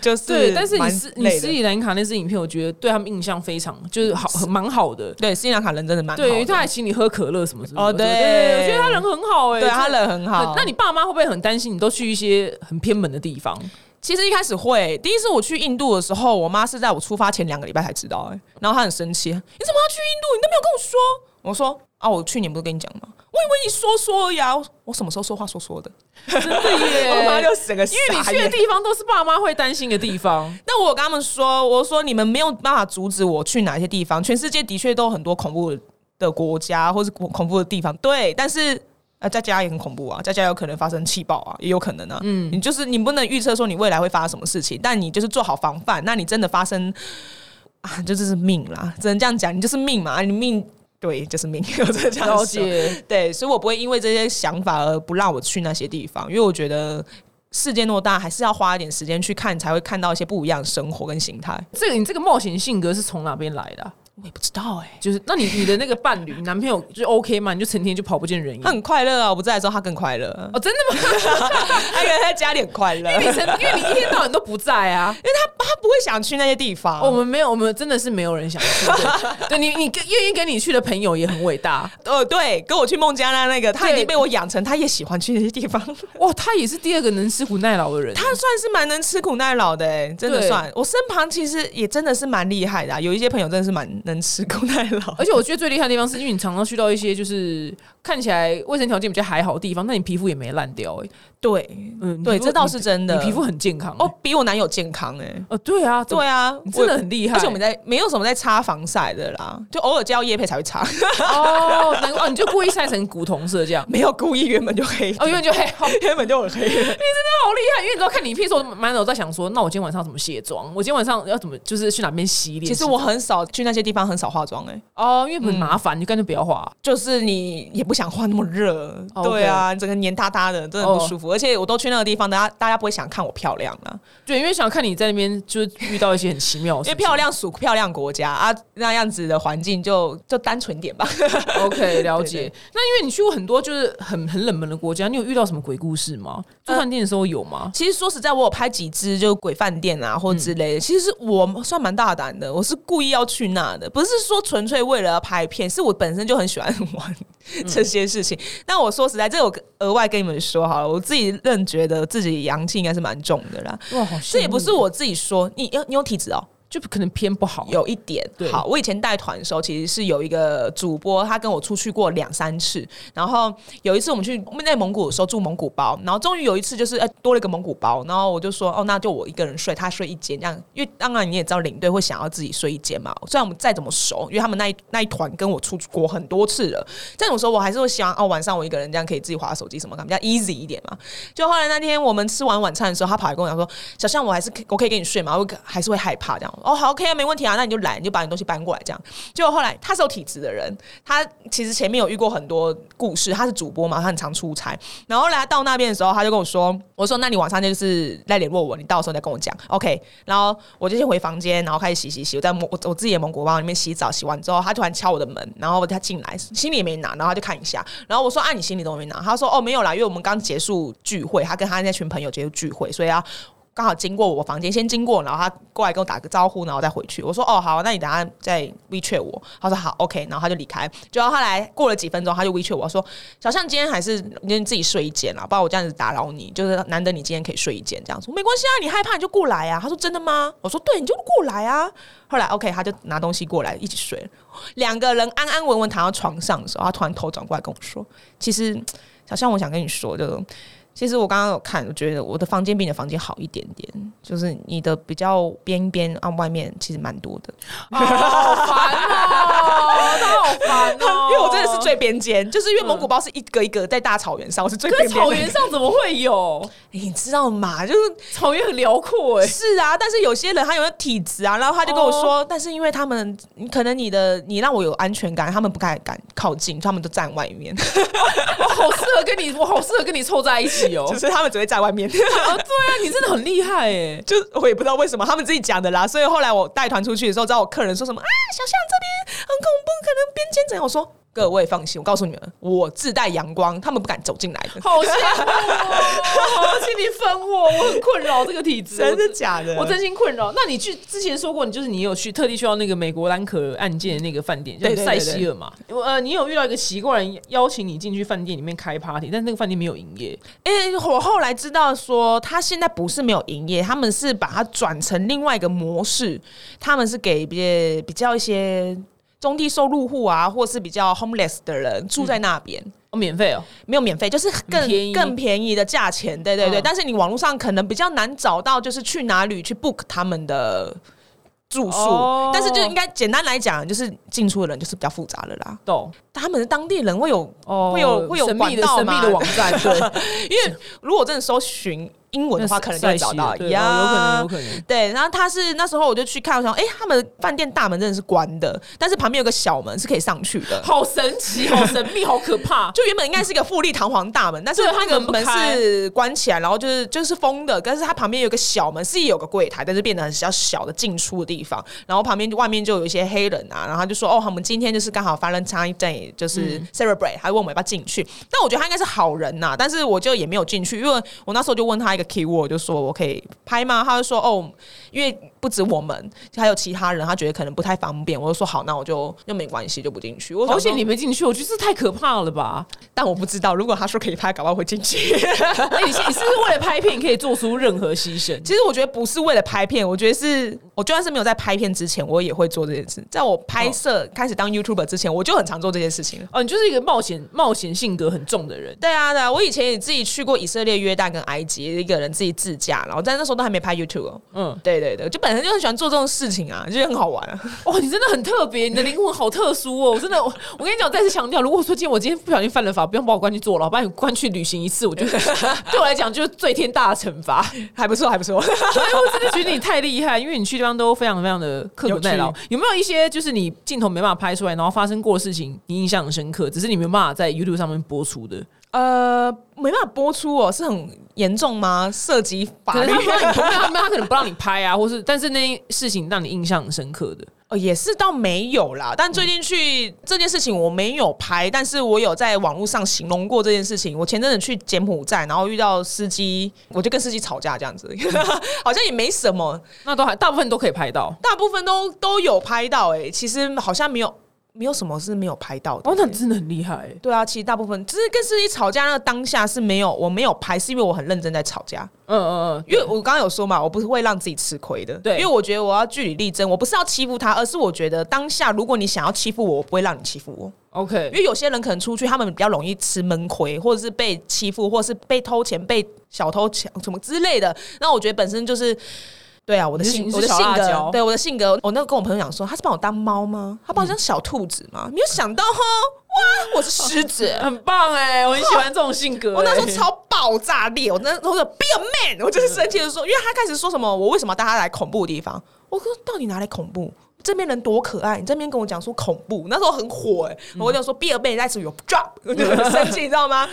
[SPEAKER 2] 就是
[SPEAKER 1] 对，但是你
[SPEAKER 2] 蛮
[SPEAKER 1] 斯你
[SPEAKER 2] 累
[SPEAKER 1] 斯
[SPEAKER 2] 的
[SPEAKER 1] 里兰卡那支影片，我觉得对他们印象非常就是好很蛮好的。
[SPEAKER 2] 对斯里兰卡人真的蛮好的
[SPEAKER 1] 对，他还请你喝可乐什么什么
[SPEAKER 2] 哦
[SPEAKER 1] 的
[SPEAKER 2] 对
[SPEAKER 1] 对，我觉得他人很好哎、真
[SPEAKER 2] 对
[SPEAKER 1] 的
[SPEAKER 2] 他人很好
[SPEAKER 1] 对。那你爸妈会不会很担心你都去一些很偏门的地
[SPEAKER 2] *laughs*
[SPEAKER 1] 方？
[SPEAKER 2] 其实一开始会，第一次我去印度的时候，我妈是在我出发前两个礼拜才知道、哎，然后她很生气，你怎么要去印度？你都没有跟我说。我说啊，我去年不是跟你讲吗？我以为你说说而已啊，我我什么时候说话说说的？
[SPEAKER 1] 真的耶！
[SPEAKER 2] 我妈就整个因
[SPEAKER 1] 因为你去的地方都是爸妈会担心的地方。
[SPEAKER 2] 那我有跟他们说，我说你们没有办法阻止我去哪些地方，全世界的确都有很多恐怖的国家或是恐恐怖的地方，对，但是。啊，在家也很恐怖啊，在家有可能发生气爆啊，也有可能啊。嗯，你就是你不能预测说你未来会发生什么事情，但你就是做好防范。那你真的发生啊，就这是命啦，只能这样讲，你就是命嘛，啊你命对，就是命， *laughs* 我只能这样
[SPEAKER 1] 了
[SPEAKER 2] 说。 *laughs*
[SPEAKER 1] 解，
[SPEAKER 2] 对，所以我不会因为这些想法而不让我去那些地方，因为我觉得世界偌大，还是要花一点时间去看，才会看到一些不一样的生活跟形态。
[SPEAKER 1] 这个你这个冒险性格是从哪边来的啊、
[SPEAKER 2] 我也不知道哎、
[SPEAKER 1] 就是那你你的那个伴侣男朋友就 OK 吗？你就成天就跑不见人影
[SPEAKER 2] 他。很快乐啊，我不在的时候他更快 *laughs* 乐，哎
[SPEAKER 1] 哦，真的吗？ *laughs*
[SPEAKER 2] 他原来在家里很快乐，
[SPEAKER 1] 因
[SPEAKER 2] 因
[SPEAKER 1] 为
[SPEAKER 2] 为
[SPEAKER 1] 你成，因为你一天到晚都不在啊。
[SPEAKER 2] 他他不会想去那些地方。
[SPEAKER 1] 哦我们没有，我们真的是没有人想去。
[SPEAKER 2] *laughs*
[SPEAKER 1] 对对你，你跟愿意跟你去的朋友也很伟大。
[SPEAKER 2] 呃，对，跟我去孟加拉那个，他已
[SPEAKER 1] 对
[SPEAKER 2] 经被我养成，他也喜欢去那些地方。
[SPEAKER 1] 哇，他也是第二个能吃苦耐劳的人。
[SPEAKER 2] *laughs* 他算是蛮能吃苦耐劳的、欸，真的
[SPEAKER 1] 对
[SPEAKER 2] 算。我身旁其实也真的是蛮厉害的、啊，有一些朋友真的是蛮能吃苦耐劳。
[SPEAKER 1] 而且我觉得最厉害的地方是因为你常常去到一些就是看起来卫生条件比较还好的地方，但你皮肤也没烂掉、欸。
[SPEAKER 2] 对，
[SPEAKER 1] 嗯，你
[SPEAKER 2] 对，
[SPEAKER 1] 皮肤
[SPEAKER 2] 这倒是真
[SPEAKER 1] 你
[SPEAKER 2] 的。
[SPEAKER 1] 皮肤很健康、欸。
[SPEAKER 2] 哦，比我男友健康哎、
[SPEAKER 1] 呃，对啊，怎么
[SPEAKER 2] 对啊
[SPEAKER 1] 你，
[SPEAKER 2] 我
[SPEAKER 1] 真的很厉害
[SPEAKER 2] 而且我们在没有什么在擦防晒的啦，就偶尔接到叶配才会擦， *laughs*
[SPEAKER 1] 哦，难怪哦，你就故意晒成古铜色这样。
[SPEAKER 2] 没有故意原本就黑，
[SPEAKER 1] 哦，因为就嘿，好，真的
[SPEAKER 2] 原本就很黑。
[SPEAKER 1] 好厉害！因为你知道看你片的时候，我满脑子在想说，那我今天晚上要怎么卸妆？我今天晚上要怎么就是去哪边洗脸？
[SPEAKER 2] *laughs* 其实我很少去那些地方，很少化妆哎、
[SPEAKER 1] 哦，因为很麻烦，你干脆不要画。
[SPEAKER 2] 就是你也不想化那么热，
[SPEAKER 1] 哦
[SPEAKER 2] 对啊，整个黏哒哒的，真的不舒服。而且我都去那个地方，大家大家不会想看我漂亮啦，
[SPEAKER 1] 对，因为想看你在那边就是遇到一些很奇妙的
[SPEAKER 2] 因
[SPEAKER 1] *laughs* 事
[SPEAKER 2] 为
[SPEAKER 1] 情，
[SPEAKER 2] 漂亮属漂亮国家啊，那样子的环境就就单纯点吧。
[SPEAKER 1] OK，了解。
[SPEAKER 2] 对
[SPEAKER 1] 那因为你去过很多就是很很冷门的国家，你有遇到什么鬼故事吗？住饭店的时候有吗？
[SPEAKER 2] 其实说实在，我有拍几支就鬼饭店啊或之类的。其实我算蛮大胆的，我是故意要去那的，不是说纯粹为了要拍片，是我本身就很喜欢玩这些事情。那我说实在，这我额外跟你们说好了，我自己认觉得自己阳气应该是蛮重的啦。
[SPEAKER 1] 哇，好羡慕
[SPEAKER 2] 这也不是我自己说，你有你有体质哦，
[SPEAKER 1] 就可能偏不好。
[SPEAKER 2] 有一点
[SPEAKER 1] 对
[SPEAKER 2] 好。我以前带团的时候，其实是有一个主播，他跟我出去过两三次。然后有一次我们去我们在蒙古的时候住蒙古包，然后终于有一次就是哎、多了一个蒙古包，然后我就说哦，那就我一个人睡，他睡一间这样。因为当然你也知道领队会想要自己睡一间嘛，虽然我们再怎么熟，因为他们那一那一团跟我出国很多次了，这种时候我还是会希望哦，晚上我一个人这样可以自己划手机什么，比较 easy 一点嘛。就后来那天我们吃完晚餐的时候，他跑来跟我讲说：“小象，我还是可以我可以跟你睡吗？我可还是会害怕这样。”哦，好，OK 啊，没问题啊，那你就来，你就把你东西搬过来这样。结果后来他是有体质的人，他其实前面有遇过很多故事，他是主播嘛，他很常出差。然后后来他到那边的时候，他就跟我说，我说那你晚上就是来联络我，你到时候再跟我讲，OK。然后我就先回房间，然后开始洗洗洗，我在蒙我我自己的蒙古包里面洗澡，洗完之后他突然敲我的门，然后他进来，行李也没拿，然后他就看一下，然后我说啊，你行李都没拿，他说哦没有啦，因为我们刚结束聚会，他跟他那群朋友结束聚会，所以要刚好经过我房间，先经过，然后他过来跟我打个招呼，然后再回去。我说哦好，那你等下再 WeChat 我。他说好 OK，然后他就离开。结果他来过了几分钟，他就 WeChat 我说小象今天还是你自己睡一间啦，不然我这样子打扰你，就是难得你今天可以睡一间这样子。我说没关系啊，你害怕你就过来啊。他说真的吗？我说对，你就过来啊。后来 OK，他就拿东西过来一起睡了。两个人安安稳稳躺到床上的时候，他突然头转过来跟我说：“其实小象，我想跟你说，就其实我刚刚有看，我觉得我的房间比你的房间好一点点，就是你的比较边边啊，外面其实蛮多的，
[SPEAKER 1] *laughs* 哦好烦哦，他好烦哦，*laughs*
[SPEAKER 2] *laughs* 因为我真的是最边间，就是因为蒙古包是一个一个在大草原上，我是最
[SPEAKER 1] 可
[SPEAKER 2] 边
[SPEAKER 1] 是
[SPEAKER 2] 边
[SPEAKER 1] 草
[SPEAKER 2] 的
[SPEAKER 1] 原上怎么会有？
[SPEAKER 2] 你知道吗？就是
[SPEAKER 1] 草原很辽阔哎、
[SPEAKER 2] 是啊，但是有些人他有那体质啊，然后他就跟我说，但是因为他们可能你的你让我有安全感，他们不敢敢靠近，他们都站外面，
[SPEAKER 1] 我 *laughs* 好适合跟你，我好适合跟你凑在一起 *laughs* 哦。
[SPEAKER 2] *laughs* 就是他们只会站外面。
[SPEAKER 1] 啊对啊，你真的很厉害哎、
[SPEAKER 2] 就是我也不知道为什么他们自己讲的啦，所以后来我带团出去的时候，知道我客人说什么啊，小象这边很恐怖，可能边间怎样？我说各位放心，我告诉你们，我自带阳光，他们不敢走进来
[SPEAKER 1] *laughs*
[SPEAKER 2] 的。
[SPEAKER 1] 好羡慕哦！ *laughs* 好，请你分我，我很困扰这个体质，
[SPEAKER 2] 真的假的？
[SPEAKER 1] 我真心困扰。那你去之前说过，你就是你有去特地去到那个美国兰可案件的那个饭店，叫
[SPEAKER 2] 对对
[SPEAKER 1] 塞
[SPEAKER 2] 对
[SPEAKER 1] 西尔嘛？我呃，你有遇到一个奇怪人邀请你进去饭店里面开 party，但那个饭店没有营业，
[SPEAKER 2] 诶、我呃后来知道说，他现在不是没有营业，他们是把它转成另外一个模式，他们是给比较比较一些中低收入户啊，或是比较 homeless 的人住在那边。
[SPEAKER 1] 哦，免费哦。
[SPEAKER 2] 没有免费，就是更
[SPEAKER 1] 很便宜
[SPEAKER 2] 更便宜的价钱，对对对。
[SPEAKER 1] 嗯
[SPEAKER 2] 但是你网络上可能比较难找到，就是去哪里去 book 他们的住宿，
[SPEAKER 1] 哦
[SPEAKER 2] 但是就应该简单来讲，就是进出的人就是比较复杂了啦。
[SPEAKER 1] 懂
[SPEAKER 2] 他们当地人会有，
[SPEAKER 1] 哦，
[SPEAKER 2] 会有会有
[SPEAKER 1] 神秘的
[SPEAKER 2] 管道
[SPEAKER 1] 神秘的
[SPEAKER 2] 吗
[SPEAKER 1] 网站， *laughs* 对，
[SPEAKER 2] 因为如果真的搜寻英文的话，可能就
[SPEAKER 1] 塞
[SPEAKER 2] 会
[SPEAKER 1] 西
[SPEAKER 2] 找到
[SPEAKER 1] 尔对
[SPEAKER 2] 呀
[SPEAKER 1] 哦有可能，有可能。
[SPEAKER 2] 对，然后他是那时候我就去看，我想，哎、他们饭店大门真的是关的，但是旁边有个小门是可以上去的。
[SPEAKER 1] 好神奇，好神秘，好可怕。
[SPEAKER 2] 就原本应该是一个富丽堂皇大门，但是
[SPEAKER 1] 对
[SPEAKER 2] 那个
[SPEAKER 1] 它门不
[SPEAKER 2] 门
[SPEAKER 1] 开
[SPEAKER 2] 是关起来，然后就是就是封的，但是它旁边有个小门，是有个柜台，但是变得很比较小的进出的地方。然后旁边就外面就有一些黑人啊，然后他就说：“哦，我们今天就是刚好
[SPEAKER 1] 嗯
[SPEAKER 2] Valentine Day，就是 celebrate。他问我们要不要进去，但我觉得他应该是好人呐、但是我就也没有进去，因为我那时候就问他一个 keyword，就说我可以拍吗？他就说：“哦，因为不止我们，还有其他人，他觉得可能不太方便。”我就说：“好，那我就就没关系，就不进去。” *laughs* 我想
[SPEAKER 1] 好
[SPEAKER 2] 说
[SPEAKER 1] 险你没进去，我觉得这太可怕了吧！
[SPEAKER 2] 但我不知道，如果他说可以拍，搞不好会进 *laughs* 去。
[SPEAKER 1] 哎、你是你是不是为了拍片可以做出任何牺牲？
[SPEAKER 2] 其实我觉得不是为了拍片，我觉得是我就算是没有在拍片之前，我也会做这件事。在我拍摄、开始当 YouTuber 之前，我就很常做这件事情了。
[SPEAKER 1] 哦，你就是一个冒险冒险性格很重的人。
[SPEAKER 2] 对啊，对啊，我以前也自己去过以色列、约旦跟埃及，一个人自己自驾，然后但那时候都还没拍 YouTube 哦。
[SPEAKER 1] 嗯，
[SPEAKER 2] 对对对，就本身就很喜欢做这种事情啊，就觉得很好玩啊。
[SPEAKER 1] *laughs* 哇，哦你真的很特别，你的灵魂好特殊哦！我真的，我我跟你讲，我再次强调，如果说今天我今天不小心犯了法，不用把我关去坐牢，我把你关去旅行一次，我觉得 *laughs* 对我来讲就是最天大的惩罚。
[SPEAKER 2] *laughs*
[SPEAKER 1] *laughs*
[SPEAKER 2] 还不错，还不错。
[SPEAKER 1] 所以我真的觉得你太厉害，因为你去地方都非常非常的刻苦耐劳
[SPEAKER 2] 有。
[SPEAKER 1] 有没有一些就是你镜头没办法拍出来，然后发生过的事情，你印象很深刻，只是你没有办法在 YouTube 上面播出的？
[SPEAKER 2] *laughs* 呃，没办法播出哦，是很严重吗？涉及法
[SPEAKER 1] 可能
[SPEAKER 2] 律？
[SPEAKER 1] 他不让你，他们他可能不让你拍啊，或是但是那件事情让你印象很深刻的。
[SPEAKER 2] 哦，也是倒没有啦，
[SPEAKER 1] 嗯
[SPEAKER 2] 但最近去、这件事情我没有拍，但是我有在网络上形容过这件事情。我前阵子去柬埔寨，然后遇到司机，我就跟司机吵架这样子，
[SPEAKER 1] 嗯
[SPEAKER 2] *laughs* 好像也没什么，
[SPEAKER 1] 那都还大部分都可以拍到。
[SPEAKER 2] 大部分都都有拍到、欸。哎，其实好像没有没有什么是没有拍到的、
[SPEAKER 1] 哦，那你真的很厉害欸、
[SPEAKER 2] 对啊，其实大部分只是跟司机吵架那个当下是没有，我没有拍，是因为我很认真在吵架。
[SPEAKER 1] 嗯嗯嗯，
[SPEAKER 2] 因为我刚刚有说嘛，我不是会让自己吃亏的，
[SPEAKER 1] 对
[SPEAKER 2] 因为我觉得我要据理力争，我不是要欺负他，而是我觉得当下如果你想要欺负我，我不会让你欺负我，因
[SPEAKER 1] OK，
[SPEAKER 2] 为有些人可能出去，他们比较容易吃闷亏，或者是被欺负，或是被偷钱、被小偷抢什么之类的。那我觉得本身就是。对啊，我的
[SPEAKER 1] 你是
[SPEAKER 2] 性
[SPEAKER 1] 你是
[SPEAKER 2] 我的性
[SPEAKER 1] 小辣椒
[SPEAKER 2] 格，对我的性格，我那个跟我朋友讲说，他是把我当猫吗？他把我当小兔子吗？没有想到哈，哇，我是狮子。
[SPEAKER 1] 很棒哎、我很喜欢这种性格、
[SPEAKER 2] *laughs* 我那时
[SPEAKER 1] *laughs*
[SPEAKER 2] 候
[SPEAKER 1] 哎
[SPEAKER 2] 超爆炸裂，我那时候说 be a man，我就是生气的说，因为他开始说什么我为什么要带他来恐怖的地方，我说到底哪里恐怖？这边人多可爱，你这边跟我讲说恐怖，那时候很火哎、我就说 be a man，在此有 drop，我就很生 *laughs* 气，你知道吗？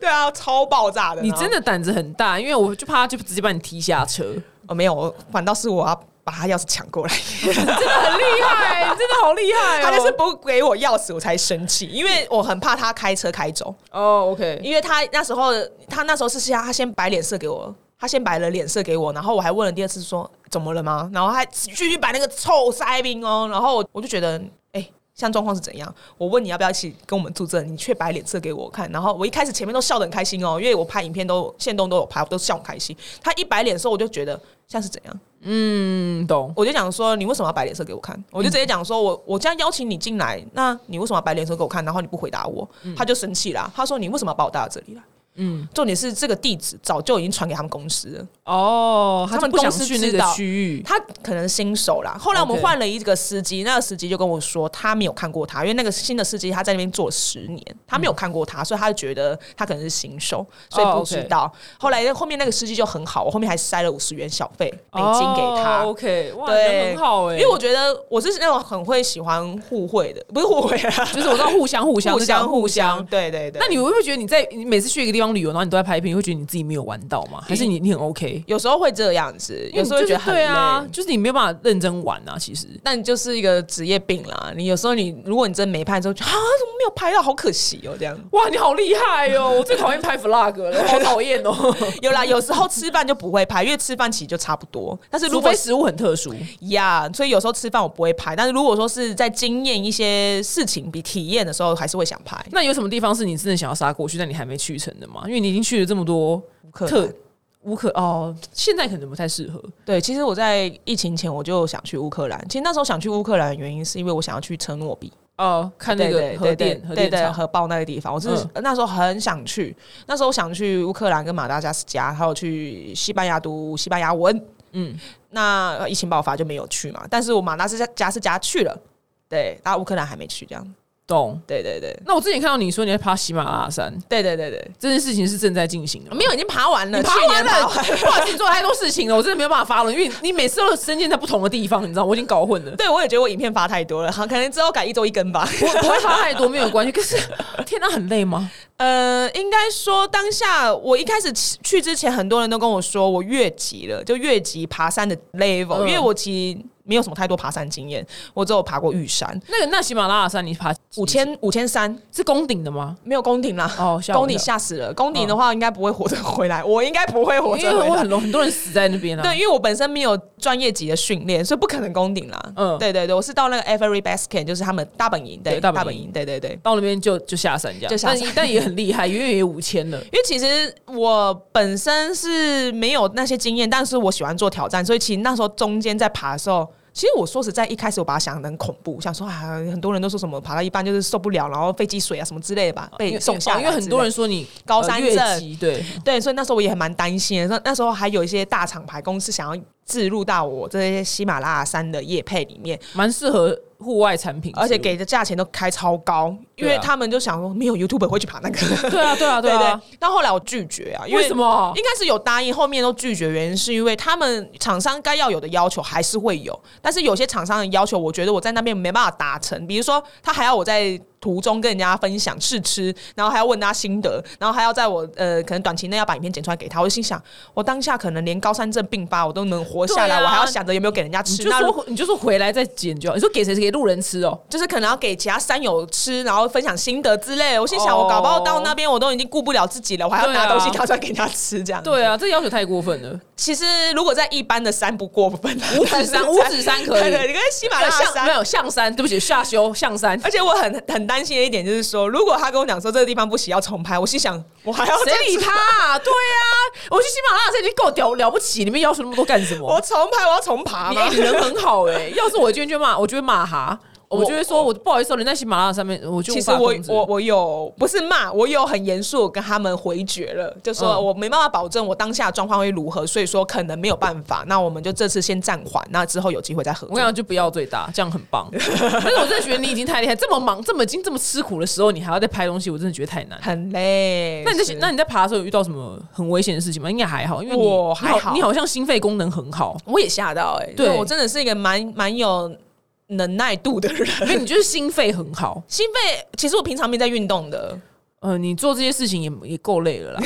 [SPEAKER 2] 对啊，超爆炸的。
[SPEAKER 1] 你
[SPEAKER 2] 然后
[SPEAKER 1] 真的胆子很大，因为我就怕他就直接把你踢下车，
[SPEAKER 2] 哦没有，我反倒是我要把他钥匙抢过来，
[SPEAKER 1] 真的很厉害，真的好厉害、哦！
[SPEAKER 2] 他就是不给我钥匙，我才生气，因为我很怕他开车开走。
[SPEAKER 1] 哦，OK，
[SPEAKER 2] 因为他那时候他那时候是先他先摆脸色给我，他先摆了脸色给我，然后我还问了第二次说怎么了吗？然后他继续摆那个臭塞宾哦，然后我就觉得哎。像状况是怎样？我问你要不要一起跟我们住这，你却摆脸色给我看。然后我一开始前面都笑得很开心哦，因为我拍影片都现动都有拍，我都笑很开心。他一摆脸的时候，我就觉得像是怎样，
[SPEAKER 1] 嗯，懂。
[SPEAKER 2] 我就讲说你为什么要摆脸色给我看？我就
[SPEAKER 1] 嗯
[SPEAKER 2] 直接讲说我我这样邀请你进来，那你为什么要摆脸色给我看？然后你不回答我，
[SPEAKER 1] 嗯
[SPEAKER 2] 他就生气啦。他说你为什么要把我带到这里来？嗯，重点是这个地址早就已经传给他们公司了，
[SPEAKER 1] 哦，
[SPEAKER 2] 他
[SPEAKER 1] 他
[SPEAKER 2] 们
[SPEAKER 1] 就不想
[SPEAKER 2] 公司
[SPEAKER 1] 去那
[SPEAKER 2] 知
[SPEAKER 1] 个
[SPEAKER 2] 道
[SPEAKER 1] 区域，
[SPEAKER 2] 他可能新手啦。后来我们
[SPEAKER 1] OK
[SPEAKER 2] 换了一个司机，那个司机就跟我说他没有看过他，因为那个新的司机他在那边做了十年，他没有看过他，所以他就觉得他可能是新手，所以
[SPEAKER 1] 嗯哦
[SPEAKER 2] 不
[SPEAKER 1] ，OK
[SPEAKER 2] 知道。后来后面那个司机就很好，我后面还塞了五十元小费美金给他。
[SPEAKER 1] 哦 OK，哇，
[SPEAKER 2] 对，
[SPEAKER 1] 人很好哎、
[SPEAKER 2] 因为我觉得我是那种很会喜欢互惠的，不是互惠啊，
[SPEAKER 1] 就是我知道互相互相
[SPEAKER 2] 互
[SPEAKER 1] 那叫
[SPEAKER 2] 相
[SPEAKER 1] 互
[SPEAKER 2] 相。。对对对，
[SPEAKER 1] 那你会不会觉得你在你每次去一个地方旅游，然后你都在拍片，你会觉得你自己没有玩到吗？还是你你很 OK？
[SPEAKER 2] 有时候会这样子，有时候
[SPEAKER 1] 因为你就
[SPEAKER 2] 会觉得
[SPEAKER 1] 是
[SPEAKER 2] 很累。
[SPEAKER 1] 对啊，就是你没有办法认真玩啊。其实
[SPEAKER 2] 但就是一个职业病啦，你有时候你如果你真没拍之后，就啊怎么没有拍到，好可惜哦，这样。
[SPEAKER 1] 哇，你好厉害哦！我最讨厌拍 vlog 了，我好讨厌 *laughs* 哦。
[SPEAKER 2] 有啦，有时候吃饭就不会拍，因为吃饭其实就差不多。但是如
[SPEAKER 1] 除
[SPEAKER 2] *laughs* 果
[SPEAKER 1] 非食物很特殊，
[SPEAKER 2] 呀所以有时候吃饭我不会拍，但是如果说是在经验一些事情、比体验的时候，还是会想拍。
[SPEAKER 1] 那有什么地方是你真的想要杀过去，但你还没去成的吗？因为你已经去了这么多
[SPEAKER 2] 克兰
[SPEAKER 1] 特无可哦，现在可能不太适合。
[SPEAKER 2] 对，其实我在疫情前我就想去乌克兰。其实那时候想去乌克兰的原因，是因为我想要去车诺比，
[SPEAKER 1] 哦，看那个核电核
[SPEAKER 2] 对
[SPEAKER 1] 电
[SPEAKER 2] 对
[SPEAKER 1] 厂，嗯
[SPEAKER 2] 核爆那个地方。我真的是、那时候很想去，那时候我想去乌克兰跟马达加斯加，还有去西班牙读西班牙文。
[SPEAKER 1] 嗯，
[SPEAKER 2] 那呃疫情爆发就没有去嘛，但是我马达斯加加斯加去了，对，然后乌克兰还没去，这样。
[SPEAKER 1] 懂。
[SPEAKER 2] 对对对，
[SPEAKER 1] 那我之前看到你说你在爬喜马拉雅山，
[SPEAKER 2] 对对对对，
[SPEAKER 1] 这件事情是正在进行 *laughs* 的吗。
[SPEAKER 2] 没有已经爬完了，
[SPEAKER 1] 你爬
[SPEAKER 2] 去
[SPEAKER 1] 完
[SPEAKER 2] 年
[SPEAKER 1] 了，不
[SPEAKER 2] 爬
[SPEAKER 1] 好意思，你做了太多事情了，我真的没有办法发了，因为你每次都深陷在不同的地方，你知道，我已经搞混了。
[SPEAKER 2] 对，我也觉得我影片发太多了，好，可能之后改一周一根吧。
[SPEAKER 1] *laughs* 不不会发太多没有关系，可是 *laughs* 天哪，很累吗？
[SPEAKER 2] 呃，应该说当下我一开始去去之前，很多人都跟我说我越级了，就越级爬山的 level，、
[SPEAKER 1] 嗯
[SPEAKER 2] 因为我其实没有什么太多爬山经验，我只有爬过玉山
[SPEAKER 1] 那个那喜马拉雅山你爬
[SPEAKER 2] 五千五千三，
[SPEAKER 1] 是攻顶的吗？
[SPEAKER 2] 没有宫顶啦。
[SPEAKER 1] 哦，吓我
[SPEAKER 2] 宫
[SPEAKER 1] 一
[SPEAKER 2] 顶
[SPEAKER 1] 跳
[SPEAKER 2] 吓死了，宫顶的话应该不会活着回来， *laughs* 我应该不会活
[SPEAKER 1] 嗯因为
[SPEAKER 2] 着回
[SPEAKER 1] 我
[SPEAKER 2] 来
[SPEAKER 1] 很。多很多人死在那边啊。
[SPEAKER 2] 对，，因为我本身没有专业级的训练，所以不可能攻顶啦。嗯，
[SPEAKER 1] 嗯
[SPEAKER 2] 对对对，我是到那个 Every Basket，就是他们大本营，对
[SPEAKER 1] 对大本
[SPEAKER 2] 大
[SPEAKER 1] 营
[SPEAKER 2] 本营，对对对。
[SPEAKER 1] 到那边就就下山这样，
[SPEAKER 2] 就下山
[SPEAKER 1] 但但也很厉害，因为也五千
[SPEAKER 2] *laughs*
[SPEAKER 1] 了。
[SPEAKER 2] 因为其实我本身是没有那些经验，但是我喜欢做挑战，所以其实那时候中间在爬的时候，其实我说实在，一开始我把它想的很恐怖，想说啊，很多人都说什么爬到一半就是受不了，然后肺积水啊什么之类的吧，
[SPEAKER 1] 因
[SPEAKER 2] 被
[SPEAKER 1] 为
[SPEAKER 2] 送下来
[SPEAKER 1] 哦因为很多人说你
[SPEAKER 2] 高山
[SPEAKER 1] 呃越
[SPEAKER 2] 症
[SPEAKER 1] 级，
[SPEAKER 2] *laughs*
[SPEAKER 1] 对，
[SPEAKER 2] 之类的对，所以那时候我也很蛮担心的。那那时候还有一些大厂牌公司想要置入到我这些喜马拉雅山的业配里面，
[SPEAKER 1] 蛮适合户外产品，
[SPEAKER 2] 而且给的价钱都开超高，因为
[SPEAKER 1] 对啊
[SPEAKER 2] 他们就想说没有 YouTube 会去爬那个。
[SPEAKER 1] 对啊，对啊，对啊。
[SPEAKER 2] *laughs* 对，但后来我拒绝啊，因
[SPEAKER 1] 为什么
[SPEAKER 2] 应该是有答应，后面都拒绝，原因是因为他们厂商该要有的要求还是会有，但是有些厂商的要求，我觉得我在那边没办法达成，比如说他还要我在。途中跟人家分享试吃，然后还要问他心得，然后还要在我呃可能短期内要把影片剪出来给他。我就心想，我当下可能连高山症并发我都能活下来，
[SPEAKER 1] 对啊
[SPEAKER 2] 我还要想着有没有给人家
[SPEAKER 1] 你
[SPEAKER 2] 吃。
[SPEAKER 1] 就
[SPEAKER 2] 那如嗯
[SPEAKER 1] 说你就说回来再剪就好，你说给谁给路人吃哦？
[SPEAKER 2] 就是可能要给其他山友吃，然后分享心得之类的。我心想，我搞不好到那边我都已经顾不了自己了，我还要
[SPEAKER 1] 哦对
[SPEAKER 2] 拿
[SPEAKER 1] 啊
[SPEAKER 2] 东西掏出来给他吃，这样。
[SPEAKER 1] 对，啊，这要求太过分了。
[SPEAKER 2] 其实如果在一般的山不过分，
[SPEAKER 1] 五指
[SPEAKER 2] *laughs*
[SPEAKER 1] 山，五指山可
[SPEAKER 2] 对对，
[SPEAKER 1] 以。
[SPEAKER 2] 你跟喜马拉雅
[SPEAKER 1] 象没
[SPEAKER 2] 山。
[SPEAKER 1] 有象山，对不起，下修象山。
[SPEAKER 2] 而且我很很担心的一点就是说，如果他跟我讲说这个地方不行要重拍，我心想我还要
[SPEAKER 1] 谁理
[SPEAKER 2] 再
[SPEAKER 1] 他、
[SPEAKER 2] *laughs*
[SPEAKER 1] 啊？对啊，我去喜马拉雅山已经够屌了不起，你们要求那么多干什么？
[SPEAKER 2] 我重拍我要重爬 *laughs*
[SPEAKER 1] 你、
[SPEAKER 2] 吗
[SPEAKER 1] *laughs* 哎？你人很好哎、要是我今天就骂，我就会骂他。我就会说，我不好意思哦，人在喜马拉雅上面，我就无
[SPEAKER 2] 其实
[SPEAKER 1] 法
[SPEAKER 2] 我
[SPEAKER 1] 控制
[SPEAKER 2] 我我有不是骂，我有很严肃地跟他们回绝了，就说
[SPEAKER 1] 嗯
[SPEAKER 2] 我没办法保证我当下的状况会如何，所以说可能没有办法。那我们就这次先暂缓，那之后有机会再合
[SPEAKER 1] 我跟你
[SPEAKER 2] 作。
[SPEAKER 1] 讲，就不要最大，这样很
[SPEAKER 2] *laughs*
[SPEAKER 1] 棒。但是我真的觉得你已经太厉害，这么忙、这么已经这么吃苦的时候，你还要再拍东西，我真的觉得太难。
[SPEAKER 2] 很累，
[SPEAKER 1] 那你
[SPEAKER 2] 是
[SPEAKER 1] 在那你在爬的时候有遇到什么很危险的事情吗？应该还好，因为你
[SPEAKER 2] 我
[SPEAKER 1] 你好
[SPEAKER 2] 还好
[SPEAKER 1] 你好像心肺功能很
[SPEAKER 2] *laughs*
[SPEAKER 1] 好，
[SPEAKER 2] 我也吓到哎、欸，
[SPEAKER 1] 对
[SPEAKER 2] 对我真的是一个蛮蛮有能耐度的人。
[SPEAKER 1] 因为你就是心肺很好。
[SPEAKER 2] 心肺其实我平常没在运动的，
[SPEAKER 1] 呃，你做这些事情也也够累了啦，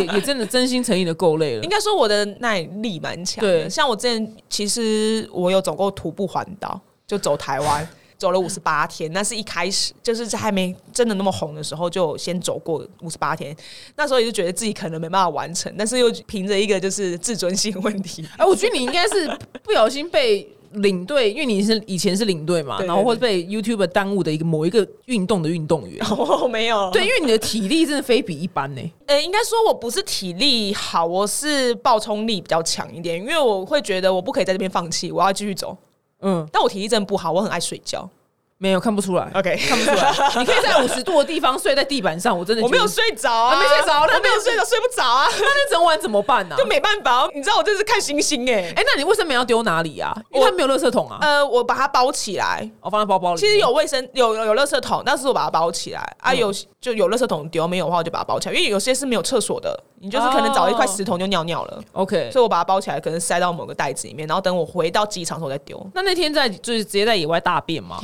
[SPEAKER 1] 也也也真的真心诚意的够累了
[SPEAKER 2] 应。该说我的耐力蛮强的。
[SPEAKER 1] 对
[SPEAKER 2] 像我之前其实我有走过徒步环岛，就走
[SPEAKER 1] *laughs*
[SPEAKER 2] 台湾。走了五十八天，那是一开始就是在还没真的那么红的时候，就先走过五十八天。那时候也就觉得自己可能没办法完成，但是又凭着一个就是自尊心的问题， *laughs*
[SPEAKER 1] 哎、我觉得你应该是不小心被领队，因为你是以前是领队嘛，
[SPEAKER 2] 对对
[SPEAKER 1] 然后或者被 YouTube 耽误的一个某一个运动的运动员。
[SPEAKER 2] 我没有
[SPEAKER 1] 对，因为你的体力真的非比一般呢、
[SPEAKER 2] 呃，应该说我不是体力好，我是爆冲力比较强一点，因为我会觉得我不可以在这边放弃，我要继续走。
[SPEAKER 1] 嗯，
[SPEAKER 2] 但我体力真的不好，我很爱睡觉。
[SPEAKER 1] 没有看不出来，
[SPEAKER 2] *laughs* OK，
[SPEAKER 1] 看不出来。你可以在五十度的地方睡在地板上，我真的
[SPEAKER 2] 我没有
[SPEAKER 1] 觉得，
[SPEAKER 2] 睡着啊，
[SPEAKER 1] 啊没睡着那
[SPEAKER 2] 我没有
[SPEAKER 1] 没
[SPEAKER 2] 睡着，睡不着啊， *laughs*
[SPEAKER 1] 那整晚怎么办呢、啊
[SPEAKER 2] 就？没办法。你知道我这是看星星哎、
[SPEAKER 1] 哎、那你卫生棉要丢哪里啊？因为它
[SPEAKER 2] 我
[SPEAKER 1] 没有垃圾桶啊，
[SPEAKER 2] 呃，我把它包起来。
[SPEAKER 1] 我、放在包包里。
[SPEAKER 2] 其实有卫生有有有垃圾桶，但是我把它包起来啊。
[SPEAKER 1] 嗯
[SPEAKER 2] 有就有垃圾桶丢，没有的话我就把它包起来，因为有些是没有厕所的，你就是可能找一块
[SPEAKER 1] 哦
[SPEAKER 2] 石头就尿尿了，
[SPEAKER 1] OK，
[SPEAKER 2] 所以我把它包起来，可能塞到某个袋子里面，然后等我回到机场的时候再丢。
[SPEAKER 1] 那那天在就是直接在野外大便吗？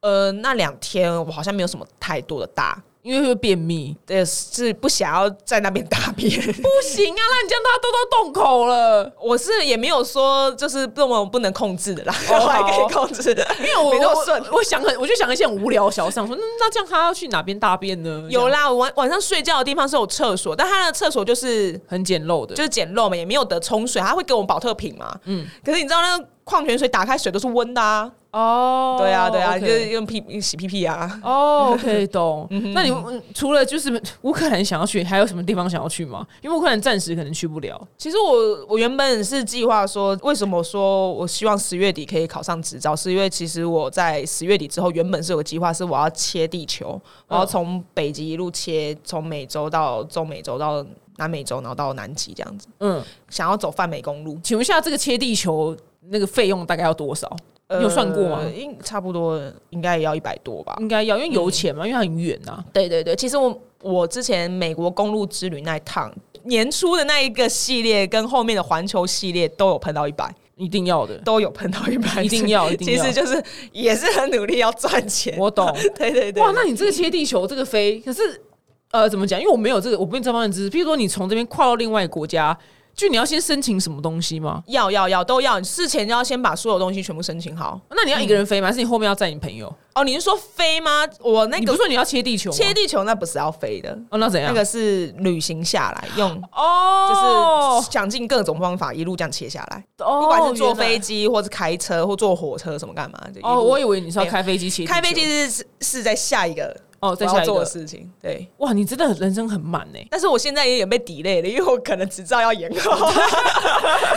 [SPEAKER 2] 呃，那两天我好像没有什么太多的大，
[SPEAKER 1] 因为会便秘，
[SPEAKER 2] 呃，是不想要在那边大便。
[SPEAKER 1] 不行啊！那你这样他都到洞口了。
[SPEAKER 2] 我是也没有说就是这么不能控制的啦，
[SPEAKER 1] 哦
[SPEAKER 2] *laughs* 我还可
[SPEAKER 1] 好
[SPEAKER 2] 以控制，因
[SPEAKER 1] 因为我
[SPEAKER 2] 没那么
[SPEAKER 1] 我
[SPEAKER 2] 顺。
[SPEAKER 1] 我我想很，我就想一些很无聊的小事，想说、嗯、那这样他要去哪边大便呢？
[SPEAKER 2] 有
[SPEAKER 1] 了，
[SPEAKER 2] 啦，我晚晚上睡觉的地方是有厕所，但它的厕所就是
[SPEAKER 1] 很简陋的，
[SPEAKER 2] 就是简陋嘛，也没有得冲水，它会给我们保特瓶嘛。嗯，可是你知道那个矿泉水打开水都是温的啊，
[SPEAKER 1] 哦
[SPEAKER 2] 对啊对啊
[SPEAKER 1] OK
[SPEAKER 2] 就是用屁洗屁屁啊。
[SPEAKER 1] 哦，OK，懂。
[SPEAKER 2] *laughs*
[SPEAKER 1] 那你嗯除了就是乌克兰想要去，还有什么地方想要去吗？因为乌克兰暂时可能去不了。
[SPEAKER 2] 其实我我原本是计划说，为什么说我希望十月底可以考上执照，是因为其实我在十月底之后，原本是有个计划，是我要切地球，我
[SPEAKER 1] 嗯
[SPEAKER 2] 要从北极一路切，从美洲到中美洲到南美洲，然后到南极这样子，
[SPEAKER 1] 嗯，
[SPEAKER 2] 想要走泛美公路。
[SPEAKER 1] 请问一下，这个切地球那个费用大概要多少？你有算过吗嗯
[SPEAKER 2] 呃应差不多应该也要一百多吧。
[SPEAKER 1] 应该要，因为油钱嘛，因为它很远啊呐、
[SPEAKER 2] 对对对，其实我我之前美国公路之旅那一趟年初的那一个系列，跟后面的环球系列都有碰到一百。
[SPEAKER 1] 一定要的。
[SPEAKER 2] 都有碰到一半，
[SPEAKER 1] 一定
[SPEAKER 2] *laughs*
[SPEAKER 1] 要一定
[SPEAKER 2] 其
[SPEAKER 1] 要
[SPEAKER 2] 实就是也是很努力要赚钱。
[SPEAKER 1] 我懂。
[SPEAKER 2] *laughs* 对对对，
[SPEAKER 1] 哇，那你这个切地球这个飞，可是呃，怎么讲？因为我没有这个，我没有这方面的知识。譬如说，你从这边跨到另外一个国家，就你要先申请什么东西吗？
[SPEAKER 2] 要要要都要，你事前就要先把所有东西全部申请好。
[SPEAKER 1] 那你要一个人飞吗？还是你后面要载你朋友？
[SPEAKER 2] 哦，你是说飞吗？我那
[SPEAKER 1] 你不
[SPEAKER 2] 个
[SPEAKER 1] 是说你要切地球吗？
[SPEAKER 2] 切地球那不是要飞的，
[SPEAKER 1] 哦，那怎样？
[SPEAKER 2] 那个是旅行下来 *gasps* 用。就
[SPEAKER 1] 哦，
[SPEAKER 2] 是想尽各种方法一路这样切下来，
[SPEAKER 1] 哦
[SPEAKER 2] 不管是坐飞
[SPEAKER 1] 机
[SPEAKER 2] 机，或是开车，或坐火车什么干嘛的。
[SPEAKER 1] 哦，我以为你是要
[SPEAKER 2] 没有
[SPEAKER 1] 开飞机切地球
[SPEAKER 2] 开飞机是是是在下一个
[SPEAKER 1] 哦，
[SPEAKER 2] 我
[SPEAKER 1] 再下
[SPEAKER 2] 要
[SPEAKER 1] 一
[SPEAKER 2] 做的
[SPEAKER 1] 个
[SPEAKER 2] 事情，对。。
[SPEAKER 1] 哇，你真的人生很满呢
[SPEAKER 2] *laughs* 但是我现在也有被 delay 了，因为我可能执照要延 *laughs* 后。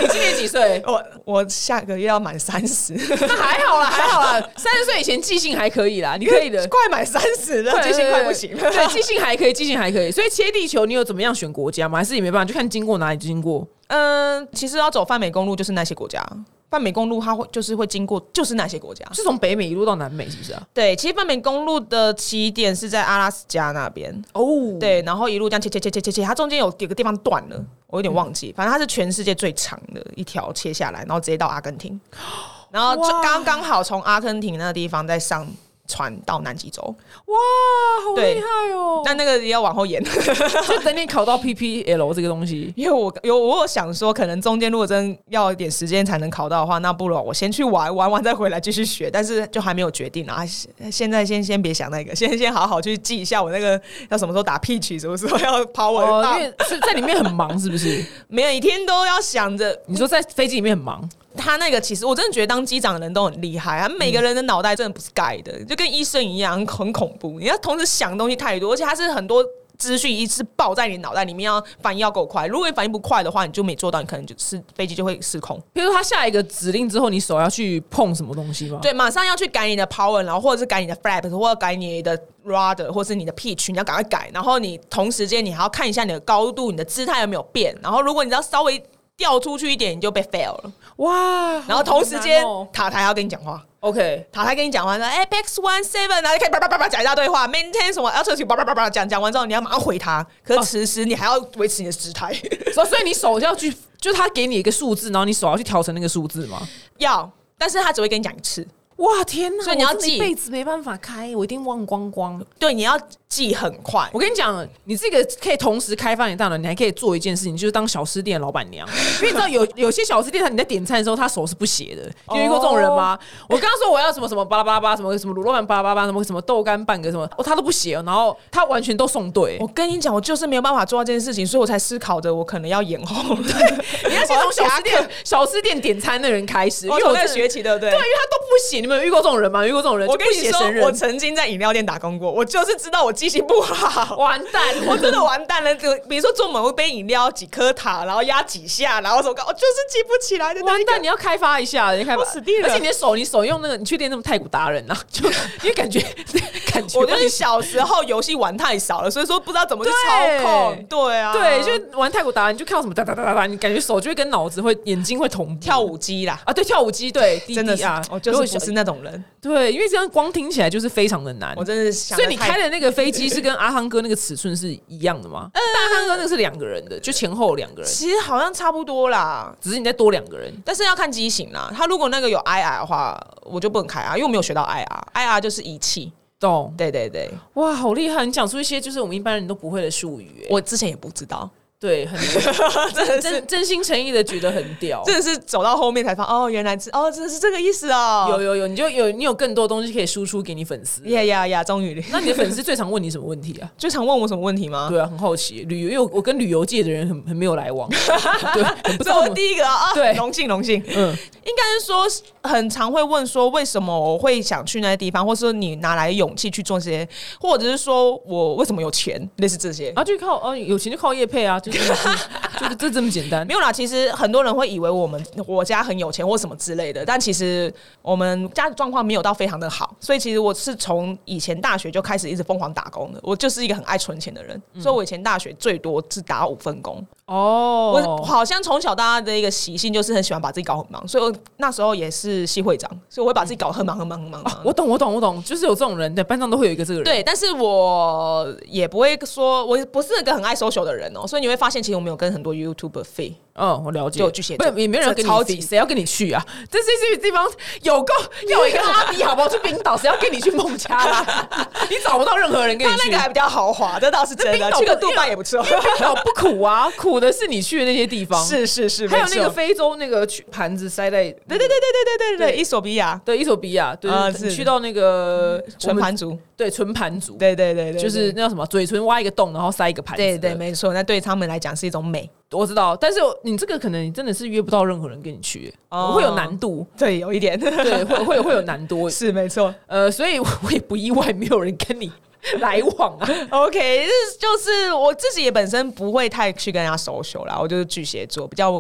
[SPEAKER 1] 你今年几 *laughs* 岁？
[SPEAKER 2] 我我下个月要满三十， *laughs*
[SPEAKER 1] 那还好啦，还好啦， *laughs* 三十岁以前记性还可以啦，你可以的。
[SPEAKER 2] 快满三十了，记性快不行
[SPEAKER 1] 对，
[SPEAKER 2] 了。
[SPEAKER 1] 对记性还可以，记性还可以。所以切地球，你有怎么样选国家吗？还是也没办法，就看经过哪里经过？
[SPEAKER 2] 嗯，其实要走泛美公路就是那些国家，泛美公路它会就是会经过就是那些国家。
[SPEAKER 1] 是从北美一路到南美，是不是啊？
[SPEAKER 2] 对，其实泛美公路的起点是在阿拉斯加那边，
[SPEAKER 1] 哦，
[SPEAKER 2] 对，然后一路这样切切切切切切，它中间有有个地方断了，我有点忘记，反正它是全世界最长的一条切下来，然后直接到阿根 *gasps* 廷，然后就
[SPEAKER 1] 哇
[SPEAKER 2] 刚刚好从阿根廷那个地方再上船到南极洲，
[SPEAKER 1] 哇，好
[SPEAKER 2] 对
[SPEAKER 1] 厉害哦！
[SPEAKER 2] 但那个也要往后延。
[SPEAKER 1] 就等你考到 PPL 这个东西，
[SPEAKER 2] 因为我有我有想说，可能中间如果真要一点时间才能考到的话，那不如我先去玩玩完再回来继续学，但是就还没有决定啊。现现在先先别想那个，先先好好去记一下我那个要什么时候打 P 曲，什么时候要 power，、
[SPEAKER 1] 哦，因为是在里面很忙，是不是？
[SPEAKER 2] 没有一天都要想着
[SPEAKER 1] 你说在飞机里面很忙，
[SPEAKER 2] 他那个。其实我真的觉得当机长的人都很厉害，他
[SPEAKER 1] 嗯
[SPEAKER 2] 们每个人的脑袋真的不是盖的，就跟医生一样很很恐怖。你要同时想东西太多，而且他是很多资讯一次爆在你脑袋里面，要反应要够快。如果你反应不快的话，你就没做到，你可能就是飞机就会失控。
[SPEAKER 1] 比如说他下一个指令之后，你手要去碰什么东西吗？
[SPEAKER 2] 对，马上要去改你的 power，然后或者是改你的 flap，或者改你的 rudder，或是你的 pitch，你要赶快改。然后你同时间你还要看一下你的高度、你的姿态有没有变。然后如果你只要稍微掉出去一点，你就被 fail 了。
[SPEAKER 1] 哇，
[SPEAKER 2] 然后同时间、
[SPEAKER 1] 哦好难哦
[SPEAKER 2] 塔台还要跟你讲话。
[SPEAKER 1] OK，
[SPEAKER 2] 塔台跟你讲完了，哎，Bax One Seven 啊，就开始叭叭叭叭讲一大堆话，maintain 什么 a l t i t u 叭叭叭叭讲，讲完之后你要马上回他，可是此时你还要维持你的姿态，
[SPEAKER 1] 所所以你手要去，就他给你一个数字，然后你手要去调成那个数字吗？
[SPEAKER 2] 要，但是他只会跟你讲一次，
[SPEAKER 1] 哇天哪！
[SPEAKER 2] 所以你要
[SPEAKER 1] 我真的
[SPEAKER 2] 记
[SPEAKER 1] 一辈子没办法开，我一定忘光光。
[SPEAKER 2] 对，你要记很快
[SPEAKER 1] 我，跟你讲，你这个可以同时开发你的大脑，你还可以做一件事情，就是当小吃店的老板 *laughs* 娘。因为你知道有有些小吃店，他你在点餐的时候，他手是不写的。你有遇过这种人吗？我刚刚说我要什么什么巴拉巴拉巴拉，什么什么卤肉饭巴拉巴拉，什么什么豆干半个什么，哦，他都不写哦，然后他完全都送对。
[SPEAKER 2] 我跟你讲，我就是没有办法做到这件事情，所以我才思考着我可能要延后。
[SPEAKER 1] 你要先从小吃店小吃店点餐的人开始，因
[SPEAKER 2] 我
[SPEAKER 1] 为
[SPEAKER 2] 有
[SPEAKER 1] 我
[SPEAKER 2] 在
[SPEAKER 1] 在
[SPEAKER 2] 学起，对不对？
[SPEAKER 1] 对，因为他都不写。你们有遇过这种人吗？有遇过这种人，
[SPEAKER 2] 我跟
[SPEAKER 1] 就不
[SPEAKER 2] 你
[SPEAKER 1] 写
[SPEAKER 2] 说
[SPEAKER 1] 神，人
[SPEAKER 2] 我曾经在饮料店打工过，我就是知道我记性不好。
[SPEAKER 1] 完蛋，
[SPEAKER 2] 我真的完蛋了，就比如说做某一杯饮料几颗糖，然后压几下，然后什么，我就是记不起
[SPEAKER 1] *laughs*
[SPEAKER 2] 来的那
[SPEAKER 1] 完
[SPEAKER 2] 一个
[SPEAKER 1] 蛋，你要开发一下，你要开发
[SPEAKER 2] 我死定了
[SPEAKER 1] 而且你的手，你手用那个，你去练那种太古达人啊， *laughs* 就因为感觉 *laughs* 感觉
[SPEAKER 2] 我就是小时候游戏玩太少了，所以说不知道怎么去操控。对啊，
[SPEAKER 1] 对，就玩太古达人，你就看到什么哒哒哒哒哒，你感觉手就会跟脑子会眼睛会同步
[SPEAKER 2] 跳舞机啦，
[SPEAKER 1] 啊，对，跳舞机 *laughs* 对，
[SPEAKER 2] 真的是
[SPEAKER 1] 啊，，
[SPEAKER 2] 我
[SPEAKER 1] 如
[SPEAKER 2] 就
[SPEAKER 1] 果
[SPEAKER 2] 是不是那种人，
[SPEAKER 1] 对，因为这样光听起来就是非常的难
[SPEAKER 2] 我。真的是想
[SPEAKER 1] 所
[SPEAKER 2] 得
[SPEAKER 1] 以
[SPEAKER 2] 太。
[SPEAKER 1] 你开的 *laughs* 那个飞机是跟阿汤哥那个尺寸是一样的吗？但阿汤哥那个是两个人的，就前后两个人，
[SPEAKER 2] 其实好像差不多啦。
[SPEAKER 1] 只是你再多两个人。
[SPEAKER 2] 但是要看机型啦，他如果那个有 IR 的话，我就不能开啊，因为我没有学到 IR，IR 就是仪器。
[SPEAKER 1] 懂
[SPEAKER 2] 对对对，
[SPEAKER 1] 哇，好厉害！你讲出一些就是我们一般人都不会的术语、欸，
[SPEAKER 2] 我之前也不知道，
[SPEAKER 1] 对，很
[SPEAKER 2] 真的是
[SPEAKER 1] 真真心诚意的觉得很屌。
[SPEAKER 2] 真的是走到后面才发现哦，原来是哦，这是这个意思哦。
[SPEAKER 1] 有有有，你就有你有更多东西可以输出给你粉丝。
[SPEAKER 2] 呀呀呀，终于
[SPEAKER 1] 那你的粉丝最常问你什么问题
[SPEAKER 2] *laughs*
[SPEAKER 1] 啊？
[SPEAKER 2] 最常问我什么问题吗？
[SPEAKER 1] 对啊，很好奇旅游，因为我我跟旅游界的人很很没有来
[SPEAKER 2] *laughs*
[SPEAKER 1] 往，对，很不知
[SPEAKER 2] 这
[SPEAKER 1] 道
[SPEAKER 2] 我
[SPEAKER 1] 怎么。
[SPEAKER 2] 第一个啊，啊
[SPEAKER 1] 对
[SPEAKER 2] *laughs* 荣幸荣幸。
[SPEAKER 1] 嗯，
[SPEAKER 2] 应该是说很常会问说为什么我会想去那些地方，或是说你哪来勇气去做这些，或者是说我为什么有钱，类似这些。
[SPEAKER 1] 然后就靠哦，有钱就靠业配啊，就是就是就这么简单
[SPEAKER 2] 没。有啦，其实很多人会以为我们我家很有钱或什么之类的，但其实我们家的状况没有到非常的好，所以其实我是从以前大学就开始一直疯狂打工的。我就是一个很爱存钱的人，所以我以前大学最多只打五份工。我
[SPEAKER 1] 哦，
[SPEAKER 2] 好像从小到大的一个习性就是很喜欢把自己搞很忙，所以我那时候也是系会长，所以我会把自己搞得很忙很忙很忙。很忙
[SPEAKER 1] 我懂，我懂，我懂，就是有这种人，对，班上都会有一个这个人。，
[SPEAKER 2] 对，但是我也不会说，我不是一个很爱 social 的人哦、所以你会发现，其实我们有跟很多 YouTuber 费，
[SPEAKER 1] 嗯，我了解。
[SPEAKER 2] 就有巨蟹
[SPEAKER 1] 不
[SPEAKER 2] 座
[SPEAKER 1] 也没有人要跟你
[SPEAKER 2] 超
[SPEAKER 1] 比，
[SPEAKER 2] 级
[SPEAKER 1] 谁要跟你去啊？这这这个地方有够，要一个阿迪好不好？去冰岛，谁要跟你去孟加拉？ *laughs* 你找不到任何人跟你
[SPEAKER 2] 他
[SPEAKER 1] 去。
[SPEAKER 2] 那个还比较豪华，这倒是真
[SPEAKER 1] 冰
[SPEAKER 2] 的。
[SPEAKER 1] 岛
[SPEAKER 2] 去个
[SPEAKER 1] 不
[SPEAKER 2] 杜拜也不错，
[SPEAKER 1] 冰岛不苦啊，苦的是你去的那些地方。，
[SPEAKER 2] *laughs* 是是是，
[SPEAKER 1] 还有
[SPEAKER 2] 没
[SPEAKER 1] 那个
[SPEAKER 2] 错
[SPEAKER 1] 非洲那个去盘子塞在
[SPEAKER 2] 对对对对对对对
[SPEAKER 1] 对
[SPEAKER 2] 对，伊索比亚
[SPEAKER 1] 对伊索比亚，对，
[SPEAKER 2] 啊
[SPEAKER 1] 你
[SPEAKER 2] 是
[SPEAKER 1] 去到那个
[SPEAKER 2] 纯
[SPEAKER 1] 我们
[SPEAKER 2] 盘族，
[SPEAKER 1] 对纯盘族，
[SPEAKER 2] 对对对对，
[SPEAKER 1] 就是那叫什么，嘴唇挖一个洞，然后塞一个盘子。
[SPEAKER 2] 对对，没错。那对他们来讲是一种美，
[SPEAKER 1] 我知道，但是你这个可能真的是约不到任何人跟你去，
[SPEAKER 2] 哦
[SPEAKER 1] 会有难度。
[SPEAKER 2] 对，有一点
[SPEAKER 1] 对，会会会有难度，
[SPEAKER 2] *laughs* 是没错。
[SPEAKER 1] 呃，所以我我也不意外没有人跟
[SPEAKER 2] *laughs*
[SPEAKER 1] 你来往啊。
[SPEAKER 2] OK，就是就是我自己也本身不会太去跟人家 social 啦，我就是巨蟹座，比较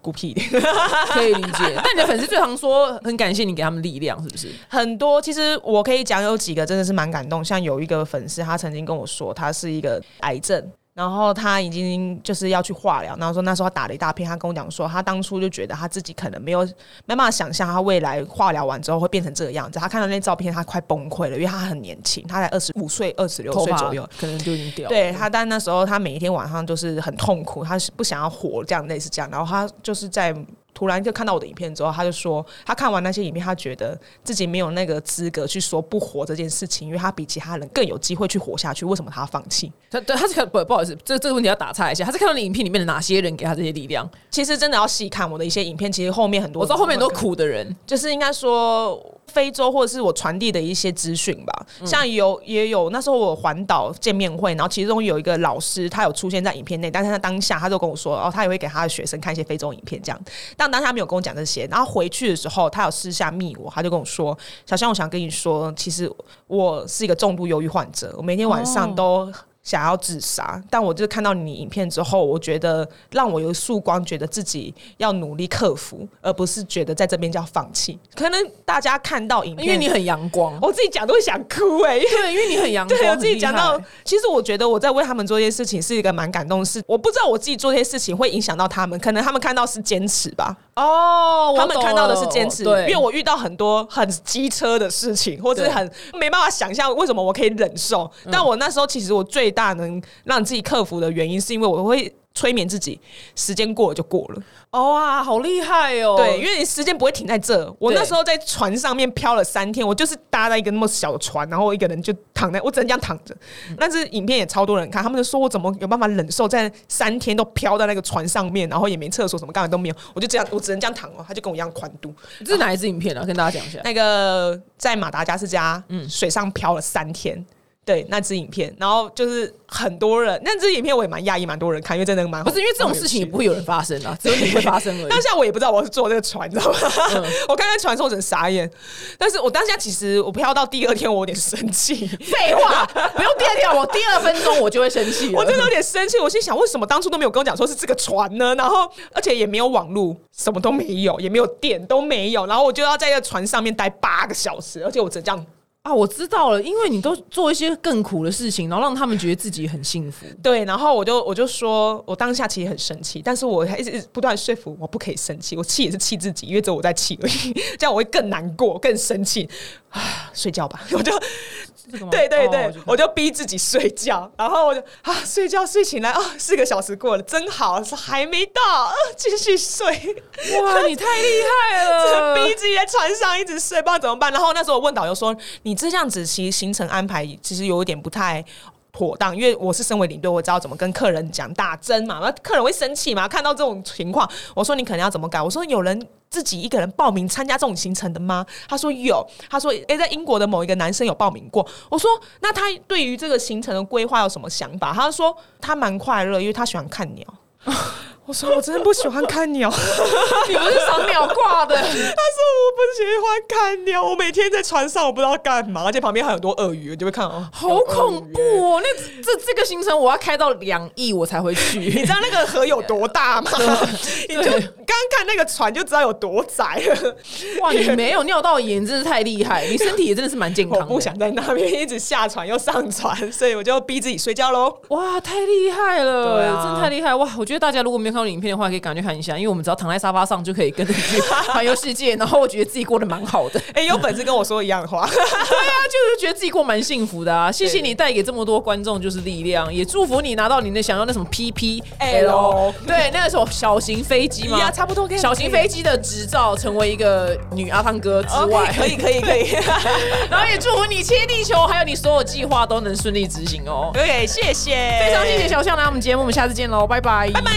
[SPEAKER 2] 孤僻一点。
[SPEAKER 1] 可以理解。但你的粉丝最常说很感谢你给他们力量，是不是？
[SPEAKER 2] 很多其实我可以讲有几个真的是蛮感动，像有一个粉丝他曾经跟我说，他是一个癌症。然后他已经就是要去化疗，然后说那时候他打了一大片，他跟我讲说，他当初就觉得他自己可能没有没办法想象他未来化疗完之后会变成这个样子。他看到那照片，他快崩溃了，因为他很年轻，他才二十五岁、二十六
[SPEAKER 1] 头
[SPEAKER 2] 岁
[SPEAKER 1] 发
[SPEAKER 2] 左右，
[SPEAKER 1] 可能就已经掉了。
[SPEAKER 2] 对他，但那时候他每一天晚上就是很痛苦，他是不想要活，这样类似这样。然后他就是在突然就看到我的影片之后，他就说，他看完那些影片，他觉得自己没有那个资格去说不活这件事情，因为他比其他人更有机会去活下去。为什么他要放弃？
[SPEAKER 1] 他对他是看不不好意思，这这个问题要打岔一下，他是看到你影片里面的哪些人给他这些力量？
[SPEAKER 2] 其实真的要细看我的一些影片，其实后面很多，
[SPEAKER 1] 我知道后面很多苦的人，
[SPEAKER 2] 就是应该说非洲或者是我传递的一些资讯吧，像有也有那时候我环岛见面会，然后其中有一个老师他有出现在影片内，但是他当下他就跟我说，哦，他也会给他的学生看一些非洲影片这样，但当下他没有跟我讲这些，然后回去的时候他有私下密我，他就跟我说，
[SPEAKER 1] 哦
[SPEAKER 2] 小香，我想跟你说，其实我是一个重度忧郁患者，我每天晚上都。想要自杀，但我就看到你影片之后，我觉得让我有曙光，觉得自己要努力克服，而不是觉得在这边就要放弃。可能大家看到影片，
[SPEAKER 1] 因为你很阳光，
[SPEAKER 2] 我自己讲都会想哭哎、欸，
[SPEAKER 1] *laughs* 对，因为你很阳光，
[SPEAKER 2] 对我自己讲到
[SPEAKER 1] 很厉害，
[SPEAKER 2] 其实我觉得我在为他们做这些事情是一个蛮感动的事。我不知道我自己做这些事情会影响到他们，可能他们看到是坚持吧，
[SPEAKER 1] 哦，我
[SPEAKER 2] 他们
[SPEAKER 1] 懂
[SPEAKER 2] 看到的
[SPEAKER 1] 了
[SPEAKER 2] 是坚持。
[SPEAKER 1] 对，
[SPEAKER 2] 因为我遇到很多很机车的事情，或者是
[SPEAKER 1] 对嗯
[SPEAKER 2] 很没办法想象为什么我可以忍受。但我那时候其实我最大能让自己克服的原因，是因为我会催眠自己，时间过了就过了。
[SPEAKER 1] 哦哇，好厉害哦，
[SPEAKER 2] 对，因为你时间不会停在这。我
[SPEAKER 1] 对
[SPEAKER 2] 那时候在船上面漂了三天，我就是搭在一个那么小的船，然后我一个人就躺在，我只能这样躺着。
[SPEAKER 1] 嗯
[SPEAKER 2] 但是影片也超多人看，他们就说我怎么有办法忍受在三天都飘在那个船上面，然后也没厕所，什么干嘛都没有，我就这样，我只能这样躺哦。他就跟我一样宽度。
[SPEAKER 1] 这是哪一支影片啊？跟大家讲一下。
[SPEAKER 2] 那个在马达加斯加，嗯，水上漂了三天。对那支影片，然后就是很多人，那支影片我也蛮讶异，蛮多人看，因为真的蛮
[SPEAKER 1] 不是因为这种事情也不会有人发生啊，只有你会发生而已
[SPEAKER 2] 当。下我也不知道我是坐这个船，你知道吗？
[SPEAKER 1] 嗯
[SPEAKER 2] *laughs* 我看那船的时候我整个傻眼，但是我当下其实我飘到第二天，我有点生气，
[SPEAKER 1] 废话， *laughs* 不用第二条，我第二分钟我就会生气了。
[SPEAKER 2] 我真的有点生气。我心想，为什么当初都没有跟我讲说是这个船呢？然后而且也没有网路，什么都没有，也没有电都没有，然后我就要在这个船上面待八个小时，而且我只能这样。
[SPEAKER 1] 啊，我知道了，因为你都做一些更苦的事情，然后让他们觉得自己很幸福。
[SPEAKER 2] 对，然后我就我就说，我当下其实很生气，但是我还一直一直不断说服我不可以生气，我气也是气自己，因为只有我在气而已，这样我会更难过、更生气。啊，睡觉吧，我就
[SPEAKER 1] 这个吗
[SPEAKER 2] 对对对，
[SPEAKER 1] 哦
[SPEAKER 2] 我就逼自己睡觉，然后我就啊睡觉睡醒来啊，四个小时过了，真好，是还没到，啊继续睡，
[SPEAKER 1] 就哇，你太厉害了！
[SPEAKER 2] 逼自己在船上一直睡，不知道怎么办。然后那时候我问导游说：“你这样子其实行程安排其实有一点不太。”妥当，因为我是身为领队，我知道怎么跟客人讲打针嘛，那客人会生气嘛。看到这种情况，我说你可能要怎么改？我说有人自己一个人报名参加这种行程的吗？他说有，他说诶、在英国的某一个男生有报名过。我说那他对于这个行程的规划有什么想法？他说他蛮快乐，因为他喜欢看鸟。 *laughs* 我说我真的不喜欢看
[SPEAKER 1] *laughs*
[SPEAKER 2] 鸟。
[SPEAKER 1] 你不是赏鸟挂 *laughs* 的，
[SPEAKER 2] 他说我不喜欢看鸟，我每天在船上我不知道干嘛，而且旁边还有很多鳄鱼，我就会看哦，
[SPEAKER 1] 好恐怖哦！那这这个行程我要开到两亿我才会
[SPEAKER 2] *laughs* 你
[SPEAKER 1] 去
[SPEAKER 2] 知。道那个河有多大 *laughs* 吗？你就
[SPEAKER 1] 对
[SPEAKER 2] 刚看那个船就知道有多窄了。
[SPEAKER 1] *laughs* *laughs* 哇，你没有尿道炎真是太厉害，你身体也真的是蛮健康 *laughs*
[SPEAKER 2] 我
[SPEAKER 1] 的。
[SPEAKER 2] 不想在那边一直下船又上船，所以我就逼自己睡觉喽。 *laughs*
[SPEAKER 1] 哇，太厉害了，
[SPEAKER 2] 对啊
[SPEAKER 1] 真太厉害哇！我觉得大家如果没有看过影片的话，可以赶快去看一下，因为我们只要躺在沙发上就可以跟着 *laughs* 去环游世界，然后我觉得自己过得蛮好 *laughs* 的。
[SPEAKER 2] 哎、有本事跟我说一样的话。
[SPEAKER 1] 对啊，就是觉得自己过蛮幸福的啊！谢谢
[SPEAKER 2] 对
[SPEAKER 1] 你带给这么多观众就是力量，也祝福你拿到你的想要那什么 PP
[SPEAKER 2] L
[SPEAKER 1] 对，那个什么小型飞机吗？
[SPEAKER 2] 呀差不多可以
[SPEAKER 1] 小型飞机的执照，成为一个女阿汤哥之外
[SPEAKER 2] OK，可以可以可以。
[SPEAKER 1] *laughs*
[SPEAKER 2] *laughs*
[SPEAKER 1] 然后也祝福你切地球，还有你所有计划都能顺利执行哦。
[SPEAKER 2] OK，谢谢，
[SPEAKER 1] 非常谢谢小象来我们节目，我们下次见喽，拜拜，拜
[SPEAKER 2] 拜。